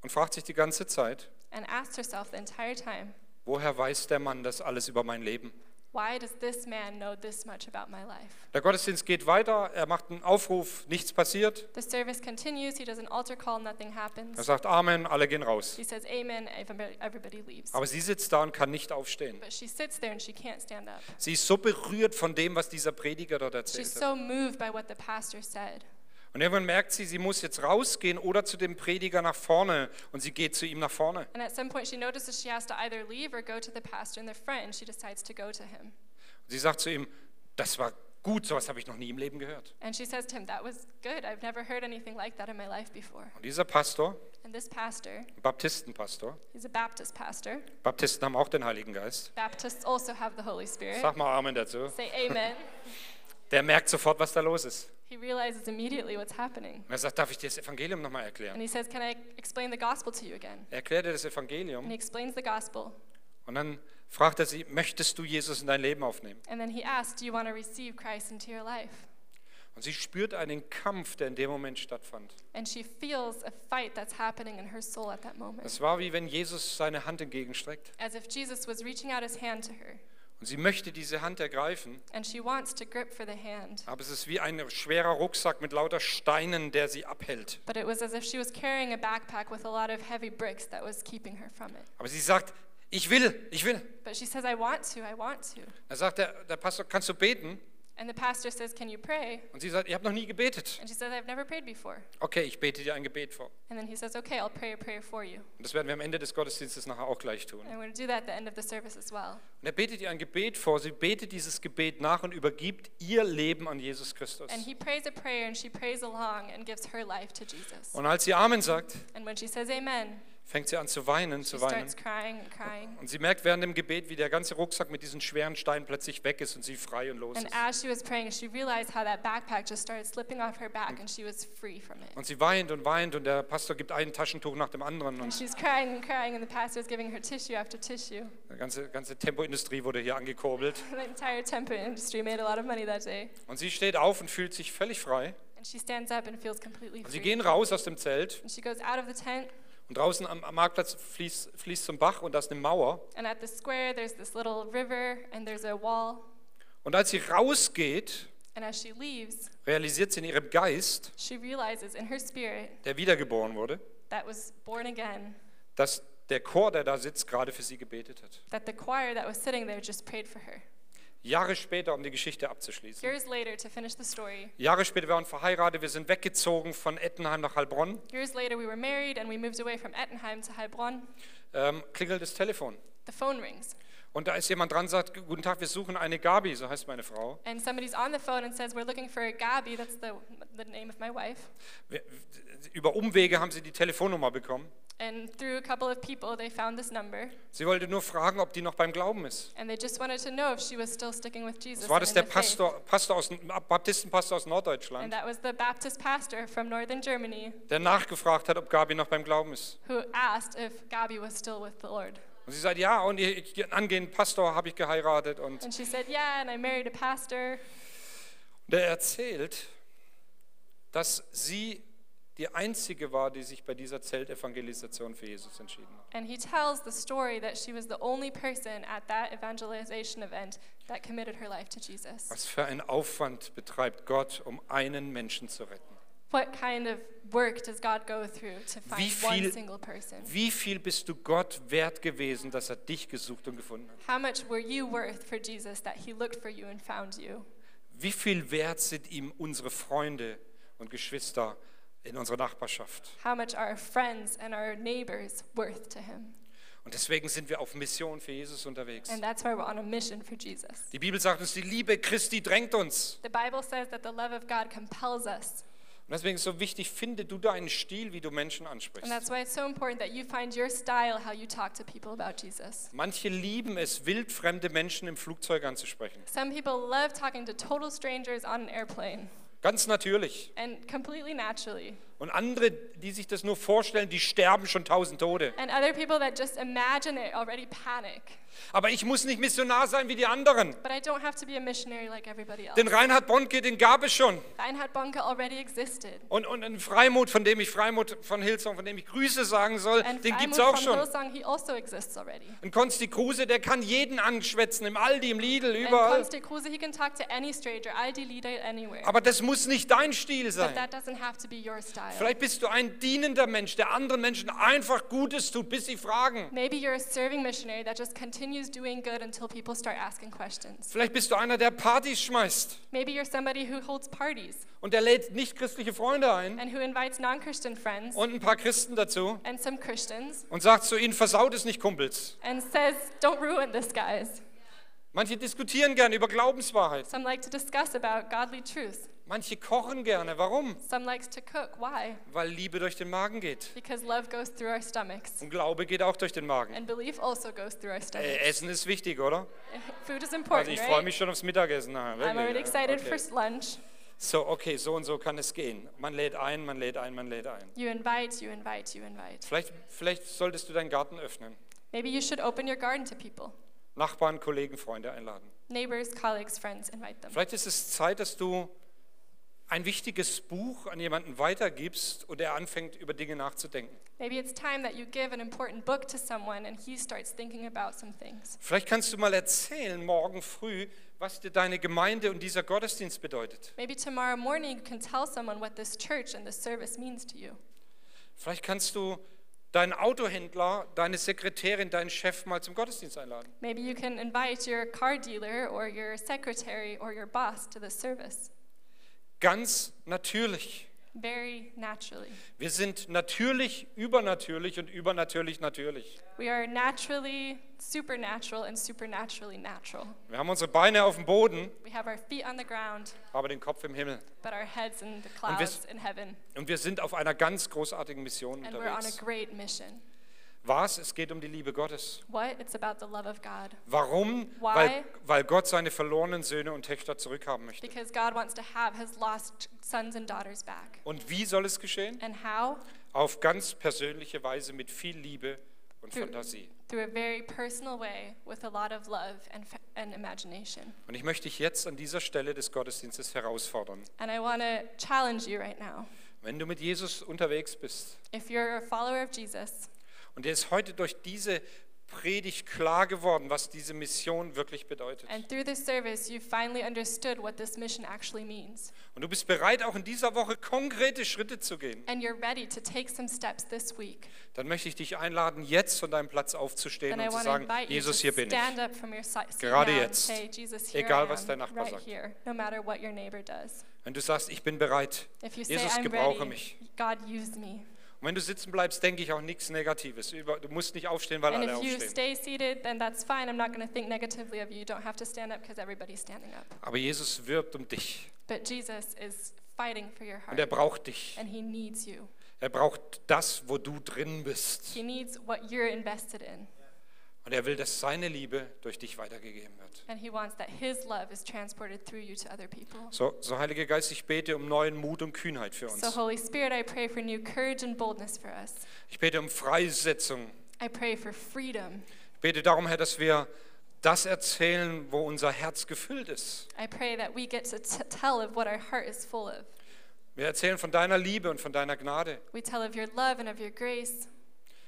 Speaker 1: und fragt sich die ganze Zeit,
Speaker 2: and asks herself the entire time,
Speaker 1: woher weiß der Mann das alles über mein Leben?
Speaker 2: why does this man know this much about my life?
Speaker 1: Der Gottesdienst geht weiter, er macht einen Aufruf, nichts passiert.
Speaker 2: The service continues. He does an altar call, nothing happens.
Speaker 1: Er sagt Amen, alle gehen raus.
Speaker 2: He says, Amen, everybody- everybody leaves.
Speaker 1: Aber sie sitzt da und kann nicht aufstehen.
Speaker 2: But she sits there and she can't stand up.
Speaker 1: Sie ist so berührt von dem, was dieser Prediger dort
Speaker 2: She's
Speaker 1: erzählt hat.
Speaker 2: so moved by what the pastor said.
Speaker 1: Und irgendwann merkt sie, sie muss jetzt rausgehen oder zu dem Prediger nach vorne. Und sie geht zu ihm nach vorne.
Speaker 2: And at some point, she notices she has to either leave or go to the pastor in the front, and she decides to go to him.
Speaker 1: Und sie sagt zu ihm, das war gut, sowas habe ich noch nie im Leben gehört.
Speaker 2: And she says to him, That was good. I've never heard anything like that in my life before.
Speaker 1: Und dieser Pastor,
Speaker 2: And this pastor,
Speaker 1: Baptistenpastor,
Speaker 2: he's a Baptist pastor.
Speaker 1: Baptisten haben auch den Heiligen Geist.
Speaker 2: Baptists also have the Holy Spirit.
Speaker 1: Sag mal Amen dazu.
Speaker 2: Say amen.
Speaker 1: Der merkt sofort, was da los ist.
Speaker 2: He realizes immediately what's happening.
Speaker 1: Und er sagt, darf ich dir das Evangelium nochmal
Speaker 2: And
Speaker 1: erklären?
Speaker 2: he says, Can I explain the gospel to you again?
Speaker 1: Er erklärt ihr das
Speaker 2: And
Speaker 1: Evangelium
Speaker 2: he explains the gospel.
Speaker 1: und dann fragt er sie, möchtest du Jesus in dein Leben aufnehmen?
Speaker 2: And then he asks, Do you want to receive Christ into your life?
Speaker 1: Und sie spürt einen Kampf, der in dem Moment stattfand.
Speaker 2: And she feels a fight that's happening in her soul at that moment,
Speaker 1: Es war wie wenn Jesus seine Hand entgegenstreckt.
Speaker 2: as if Jesus was reaching out his hand to her.
Speaker 1: Und sie möchte diese Hand ergreifen,
Speaker 2: And she wants to grip for the hand,
Speaker 1: aber es ist wie ein schwerer Rucksack mit lauter Steinen, der sie abhält.
Speaker 2: but it was as if she was carrying a backpack with a lot of heavy bricks that was keeping her from it.
Speaker 1: Aber sie sagt, ich will, ich will.
Speaker 2: But she says, I want to, I want to.
Speaker 1: Da sagt der, der Pastor, kannst du beten?
Speaker 2: And the pastor says, Can you pray?
Speaker 1: Und sie sagt, ich habe noch nie gebetet.
Speaker 2: And she says, I've never prayed before.
Speaker 1: Okay, ich bete dir ein Gebet vor.
Speaker 2: And then he says, Okay, I'll pray a prayer for you.
Speaker 1: Und das werden wir am Ende des Gottesdienstes nachher auch gleich tun.
Speaker 2: And I'm going to do that at the end of the service as well.
Speaker 1: Und er betet ihr ein Gebet vor, sie betet dieses Gebet nach und übergibt ihr Leben an Jesus Christus.
Speaker 2: And he prays a prayer and she prays along and gives her life to Jesus.
Speaker 1: Und als sie Amen sagt,
Speaker 2: And when she says amen,
Speaker 1: fängt sie an zu weinen,
Speaker 2: She
Speaker 1: zu weinen.
Speaker 2: starts crying and crying.
Speaker 1: Und sie merkt während dem Gebet, wie der ganze Rucksack mit diesen schweren Steinen plötzlich weg ist und sie frei und los
Speaker 2: And
Speaker 1: ist.
Speaker 2: as she was praying, she realized how that backpack just started slipping off her back and she was free from it.
Speaker 1: Und sie weint und weint und der Pastor gibt ein Taschentuch nach dem anderen
Speaker 2: And
Speaker 1: und
Speaker 2: she's crying and crying, and the pastor is giving her tissue after tissue.
Speaker 1: die ganze, ganze Tempoindustrie wurde hier angekurbelt.
Speaker 2: The entire temple industry made a lot of money that day.
Speaker 1: Und sie steht auf und fühlt sich völlig frei.
Speaker 2: And she stands up and feels completely
Speaker 1: Und sie
Speaker 2: free.
Speaker 1: gehen raus aus dem Zelt
Speaker 2: And she goes out of the tent,
Speaker 1: und draußen am, am Marktplatz fließt, fließt zum Bach und da ist eine Mauer.
Speaker 2: and at the square, there's this little river, and there's a wall.
Speaker 1: Und als sie rausgeht,
Speaker 2: And as she leaves,
Speaker 1: realisiert sie in ihrem Geist,
Speaker 2: she realizes in her spirit
Speaker 1: der wiedergeboren wurde,
Speaker 2: that was born again,
Speaker 1: dass der Chor, der da sitzt, gerade für sie gebetet hat.
Speaker 2: that the choir that was sitting there just prayed for her.
Speaker 1: Jahre später, um die Geschichte abzuschließen.
Speaker 2: Years later, to finish the story,
Speaker 1: Jahre später, wir waren verheiratet, wir sind weggezogen von Ettenheim nach Heilbronn,
Speaker 2: years later, we were married and we moved away from Ettenheim to Heilbronn.
Speaker 1: ähm, klingelt das Telefon.
Speaker 2: The phone rings,
Speaker 1: Und da ist jemand dran, sagt, guten Tag, wir suchen eine Gabi, so heißt meine Frau.
Speaker 2: and somebody's on the phone and says, We're looking for Gabi, that's the, the name of my wife.
Speaker 1: Wir, über Umwege haben sie die Telefonnummer bekommen.
Speaker 2: And through a couple of people, they found this number,
Speaker 1: Sie wollte nur fragen, ob die noch beim Glauben ist.
Speaker 2: and they just wanted to know if she was still sticking with Jesus.
Speaker 1: Das war
Speaker 2: and
Speaker 1: das
Speaker 2: in
Speaker 1: der
Speaker 2: the faith.
Speaker 1: Pastor, Pastor aus, Baptistenpastor aus
Speaker 2: And
Speaker 1: Norddeutschland,
Speaker 2: that was the Baptist pastor from northern Germany
Speaker 1: der nachgefragt hat, ob Gabi noch beim Glauben ist.
Speaker 2: who asked if Gabi was still with the Lord.
Speaker 1: Und sie sagt, ja, und ihr- ihren angehenden Pastor habe ich geheiratet. Und
Speaker 2: And she said, Yeah, and I married a pastor.
Speaker 1: der erzählt, dass sie die Einzige war, die sich bei dieser Zeltevangelisation für Jesus entschieden hat.
Speaker 2: And he tells the story that she was the only person at that evangelization event that committed her life to Jesus.
Speaker 1: Was für ein Aufwand betreibt Gott, um einen Menschen zu retten?
Speaker 2: What kind of work does God go through to
Speaker 1: Wie
Speaker 2: find
Speaker 1: viel-
Speaker 2: one single person?
Speaker 1: Wie viel bist du Gott wert gewesen, dass er dich gesucht und gefunden hat?
Speaker 2: How much were you worth for Jesus that he looked for you and found you?
Speaker 1: Wie viel wert sind ihm unsere Freunde und Geschwister in unserer Nachbarschaft?
Speaker 2: How much are our friends and our neighbors worth to him?
Speaker 1: Und deswegen sind wir auf Mission für Jesus unterwegs.
Speaker 2: And that's why we're on a mission for Jesus.
Speaker 1: Die Bibel sagt uns, die Liebe Christi drängt uns.
Speaker 2: The Bible says that the love of God compels us.
Speaker 1: Und deswegen ist es so wichtig, finde du deinen Stil, wie du Menschen
Speaker 2: And that's
Speaker 1: ansprichst.
Speaker 2: why it's so important that you find your style how you talk to people about Jesus.
Speaker 1: Manche lieben es, wildfremde Menschen im Flugzeug anzusprechen.
Speaker 2: Some people love talking to total strangers on an airplane
Speaker 1: Ganz natürlich.
Speaker 2: and completely naturally.
Speaker 1: Und andere, die sich das nur vorstellen, die sterben schon tausend Tode.
Speaker 2: And other people that just imagine it already panic.
Speaker 1: Aber ich muss nicht Missionar sein wie die anderen.
Speaker 2: But I don't have to be a missionary like everybody else.
Speaker 1: Den Reinhard Bonnke, den gab es schon.
Speaker 2: Reinhard Bonke already existed.
Speaker 1: Und, und einen Freimut, von dem ich Freimut von Hillsong, von dem ich Grüße sagen soll,
Speaker 2: And
Speaker 1: den gibt
Speaker 2: Freimut
Speaker 1: es auch
Speaker 2: from
Speaker 1: schon.
Speaker 2: Hillsong, he also exists already.
Speaker 1: Und Konsti Kruse, der kann jeden anschwätzen, im Aldi, im Lidl,
Speaker 2: And
Speaker 1: überall.
Speaker 2: Konsti Kruse, he can talk to any stranger, ID leader anywhere.
Speaker 1: Aber das muss nicht dein Stil
Speaker 2: But
Speaker 1: sein.
Speaker 2: that doesn't have to be your style.
Speaker 1: Vielleicht bist du ein dienender Mensch, der anderen Menschen einfach Gutes tut, bis sie fragen.
Speaker 2: Maybe you're a serving missionary that just continues doing good until people start asking questions.
Speaker 1: Vielleicht bist du einer, der Partys schmeißt
Speaker 2: Maybe you're somebody who holds parties
Speaker 1: und der lädt nicht christliche Freunde ein
Speaker 2: and who invites non Christian friends
Speaker 1: und ein paar Christen dazu
Speaker 2: and some Christians
Speaker 1: und sagt zu ihnen, versaut es nicht, Kumpels.
Speaker 2: and says, Don't ruin this, guys.
Speaker 1: Manche diskutieren gern über Glaubenswahrheit.
Speaker 2: Some like to discuss about godly truths.
Speaker 1: Manche kochen gerne. Warum?
Speaker 2: Some likes to cook. Why?
Speaker 1: Weil Liebe durch den Magen geht.
Speaker 2: Because love goes through our stomachs.
Speaker 1: Und Glaube geht auch durch den Magen.
Speaker 2: And belief also goes through our
Speaker 1: Äh,
Speaker 2: stomachs.
Speaker 1: Essen ist wichtig, oder?
Speaker 2: Food is
Speaker 1: Also
Speaker 2: important,
Speaker 1: ich freue
Speaker 2: right?
Speaker 1: mich schon aufs Mittagessen. Na,
Speaker 2: I'm already
Speaker 1: wirklich, ja,
Speaker 2: excited for
Speaker 1: okay.
Speaker 2: s- lunch.
Speaker 1: So, okay, so und so kann es gehen. Man lädt ein, man lädt ein, man lädt ein.
Speaker 2: You invite, you invite, you invite.
Speaker 1: Vielleicht, vielleicht solltest du deinen Garten öffnen.
Speaker 2: Maybe you should open your garden to people.
Speaker 1: Nachbarn, Kollegen, Freunde einladen.
Speaker 2: Neighbors, colleagues, friends, invite them.
Speaker 1: Vielleicht ist es Zeit, dass du ein wichtiges Buch an jemanden weitergibst und er anfängt, über Dinge nachzudenken.
Speaker 2: Maybe it's time that you give an important book to someone and he starts thinking about some things.
Speaker 1: Vielleicht kannst du mal erzählen, morgen früh, was dir deine Gemeinde und dieser Gottesdienst bedeutet.
Speaker 2: Maybe tomorrow morning you can tell someone what this church and this service means to you.
Speaker 1: Vielleicht kannst du deinen Autohändler, deine Sekretärin, deinen Chef mal zum Gottesdienst einladen.
Speaker 2: Maybe you can invite your car dealer or your secretary or your boss to the service
Speaker 1: Ganz natürlich.
Speaker 2: very naturally.
Speaker 1: Wir sind natürlich, übernatürlich und übernatürlich natürlich.
Speaker 2: We are naturally supernatural and supernaturally natural.
Speaker 1: Wir haben unsere Beine auf dem Boden,
Speaker 2: We have our feet on the ground,
Speaker 1: aber den Kopf im Himmel.
Speaker 2: but our heads in the
Speaker 1: Und wir-
Speaker 2: clouds in heaven.
Speaker 1: Und wir sind auf einer ganz großartigen Mission
Speaker 2: And we're on a
Speaker 1: unterwegs.
Speaker 2: great mission.
Speaker 1: Was? Es geht um die Liebe Gottes.
Speaker 2: What? It's about the love of God.
Speaker 1: Warum?
Speaker 2: Why?
Speaker 1: Weil, weil Gott seine verlorenen Söhne und Töchter zurückhaben möchte.
Speaker 2: Because God wants to have his lost sons and daughters back.
Speaker 1: Und wie soll es geschehen?
Speaker 2: And how?
Speaker 1: Auf ganz persönliche Weise mit viel Liebe und
Speaker 2: Through-
Speaker 1: Fantasie.
Speaker 2: Through a very personal way with a lot of love and, fa- and imagination.
Speaker 1: Und ich möchte dich jetzt an dieser Stelle des Gottesdienstes herausfordern.
Speaker 2: And I want to challenge you right now.
Speaker 1: Wenn du mit Jesus unterwegs bist
Speaker 2: If you're a follower of Jesus,
Speaker 1: und dir ist heute durch diese Predigt klar geworden, was diese Mission wirklich bedeutet.
Speaker 2: and through this service, you finally understood what this mission actually means,
Speaker 1: Und du bist bereit, auch in dieser Woche konkrete Schritte zu gehen.
Speaker 2: and you're ready to take some steps this week,
Speaker 1: Dann möchte ich dich einladen, jetzt von deinem Platz aufzustehen
Speaker 2: then
Speaker 1: und
Speaker 2: I
Speaker 1: zu
Speaker 2: want to
Speaker 1: sagen,
Speaker 2: invite you to
Speaker 1: Jesus, hier bin ich.
Speaker 2: stand up from your si- seat
Speaker 1: Gerade
Speaker 2: now and
Speaker 1: jetzt.
Speaker 2: say, Jesus, here
Speaker 1: Egal,
Speaker 2: I
Speaker 1: was dein
Speaker 2: am,
Speaker 1: Nachbar
Speaker 2: right
Speaker 1: sagt.
Speaker 2: here, no matter what your neighbor does.
Speaker 1: Wenn du sagst, ich bin bereit,
Speaker 2: If you
Speaker 1: Jesus,
Speaker 2: say, I'm
Speaker 1: gebrauche
Speaker 2: ready,
Speaker 1: mich.
Speaker 2: God, use me.
Speaker 1: Und wenn du sitzen bleibst, denke ich auch nichts Negatives. Über- Du musst nicht aufstehen, weil
Speaker 2: And
Speaker 1: alle
Speaker 2: if you
Speaker 1: aufstehen.
Speaker 2: stay seated, then that's fine. I'm not going to think negatively of you. You don't have to stand up because everybody's standing up.
Speaker 1: Aber Jesus wirbt um dich
Speaker 2: But Jesus is fighting for your
Speaker 1: und er
Speaker 2: heart,
Speaker 1: braucht dich.
Speaker 2: and He needs you.
Speaker 1: Er braucht das, wo du drin bist.
Speaker 2: He needs what you're invested in,
Speaker 1: Und er will, dass seine Liebe durch dich weitergegeben wird.
Speaker 2: and He wants that His love is transported through you to other people.
Speaker 1: So, so Heiliger Geist, ich bete um neuen Mut und Kühnheit für
Speaker 2: So,
Speaker 1: uns.
Speaker 2: Holy Spirit, I pray for new courage and boldness for us.
Speaker 1: Ich bete um Freisetzung.
Speaker 2: I pray for freedom.
Speaker 1: Ich bete darum, Herr, dass wir das erzählen, wo unser Herz gefüllt ist.
Speaker 2: I pray that we get to t- tell of what our heart is full of.
Speaker 1: Wir erzählen von deiner Liebe und von deiner Gnade,
Speaker 2: We tell of your love and of your grace,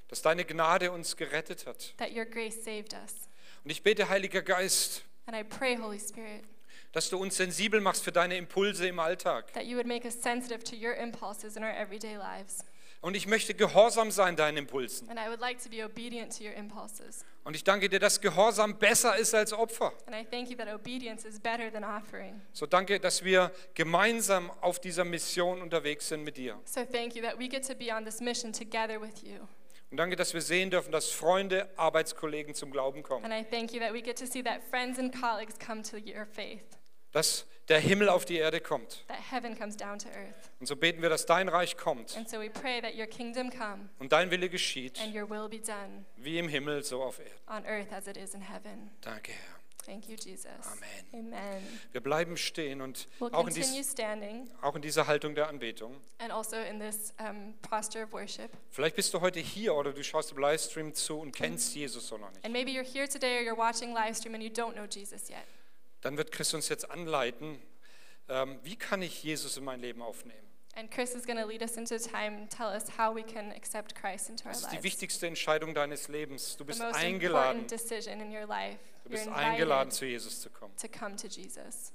Speaker 1: dass deine Gnade uns gerettet hat.
Speaker 2: that your grace saved us.
Speaker 1: Und ich bete, Heiliger Geist,
Speaker 2: And I pray, Holy Spirit,
Speaker 1: dass du uns sensibel machst für deine Impulse im Alltag.
Speaker 2: that you would make us sensitive to your impulses in our everyday lives.
Speaker 1: Und ich möchte gehorsam sein deinen Impulsen.
Speaker 2: And I would like to be obedient to your impulses.
Speaker 1: Und ich danke dir, dass Gehorsam besser ist als Opfer.
Speaker 2: And I thank you that obedience is better than offering.
Speaker 1: So danke, dass wir gemeinsam auf dieser Mission unterwegs sind mit dir.
Speaker 2: So thank you that we get to be on this mission together with you.
Speaker 1: Und danke, dass wir sehen dürfen, dass Freunde, Arbeitskollegen zum Glauben kommen.
Speaker 2: And I thank you that we get to see that friends and colleagues come to your faith,
Speaker 1: Dass der Himmel auf die Erde kommt.
Speaker 2: that heaven comes down to earth.
Speaker 1: Und so beten wir, dass dein Reich kommt
Speaker 2: And so we pray that your kingdom come
Speaker 1: und dein Wille geschieht,
Speaker 2: and your will be done
Speaker 1: wie im Himmel, so auf Erden.
Speaker 2: on earth as it is in heaven.
Speaker 1: Danke, Herr.
Speaker 2: Thank you, Jesus.
Speaker 1: Amen.
Speaker 2: Amen.
Speaker 1: Wir bleiben stehen und
Speaker 2: We'll
Speaker 1: auch in, dies,
Speaker 2: continue standing
Speaker 1: auch in dieser Haltung der Anbetung.
Speaker 2: and also in this um, posture of worship.
Speaker 1: Vielleicht bist du heute hier oder du schaust im Livestream zu
Speaker 2: Mhm.
Speaker 1: und kennst Jesus so noch nicht.
Speaker 2: And maybe you're here today or you're watching live stream and you don't know Jesus yet.
Speaker 1: Dann wird Christus uns jetzt anleiten, ähm, wie kann ich Jesus in mein Leben aufnehmen?
Speaker 2: And Chris is going to lead us into a time and tell us how we can accept Christ into our
Speaker 1: Das ist die
Speaker 2: lives.
Speaker 1: wichtigste Entscheidung deines Lebens. Du
Speaker 2: The
Speaker 1: bist
Speaker 2: most
Speaker 1: eingeladen.
Speaker 2: important decision in your life.
Speaker 1: Du
Speaker 2: You're
Speaker 1: bist eingeladen,
Speaker 2: invited
Speaker 1: zu Jesus zu kommen.
Speaker 2: to come to Jesus.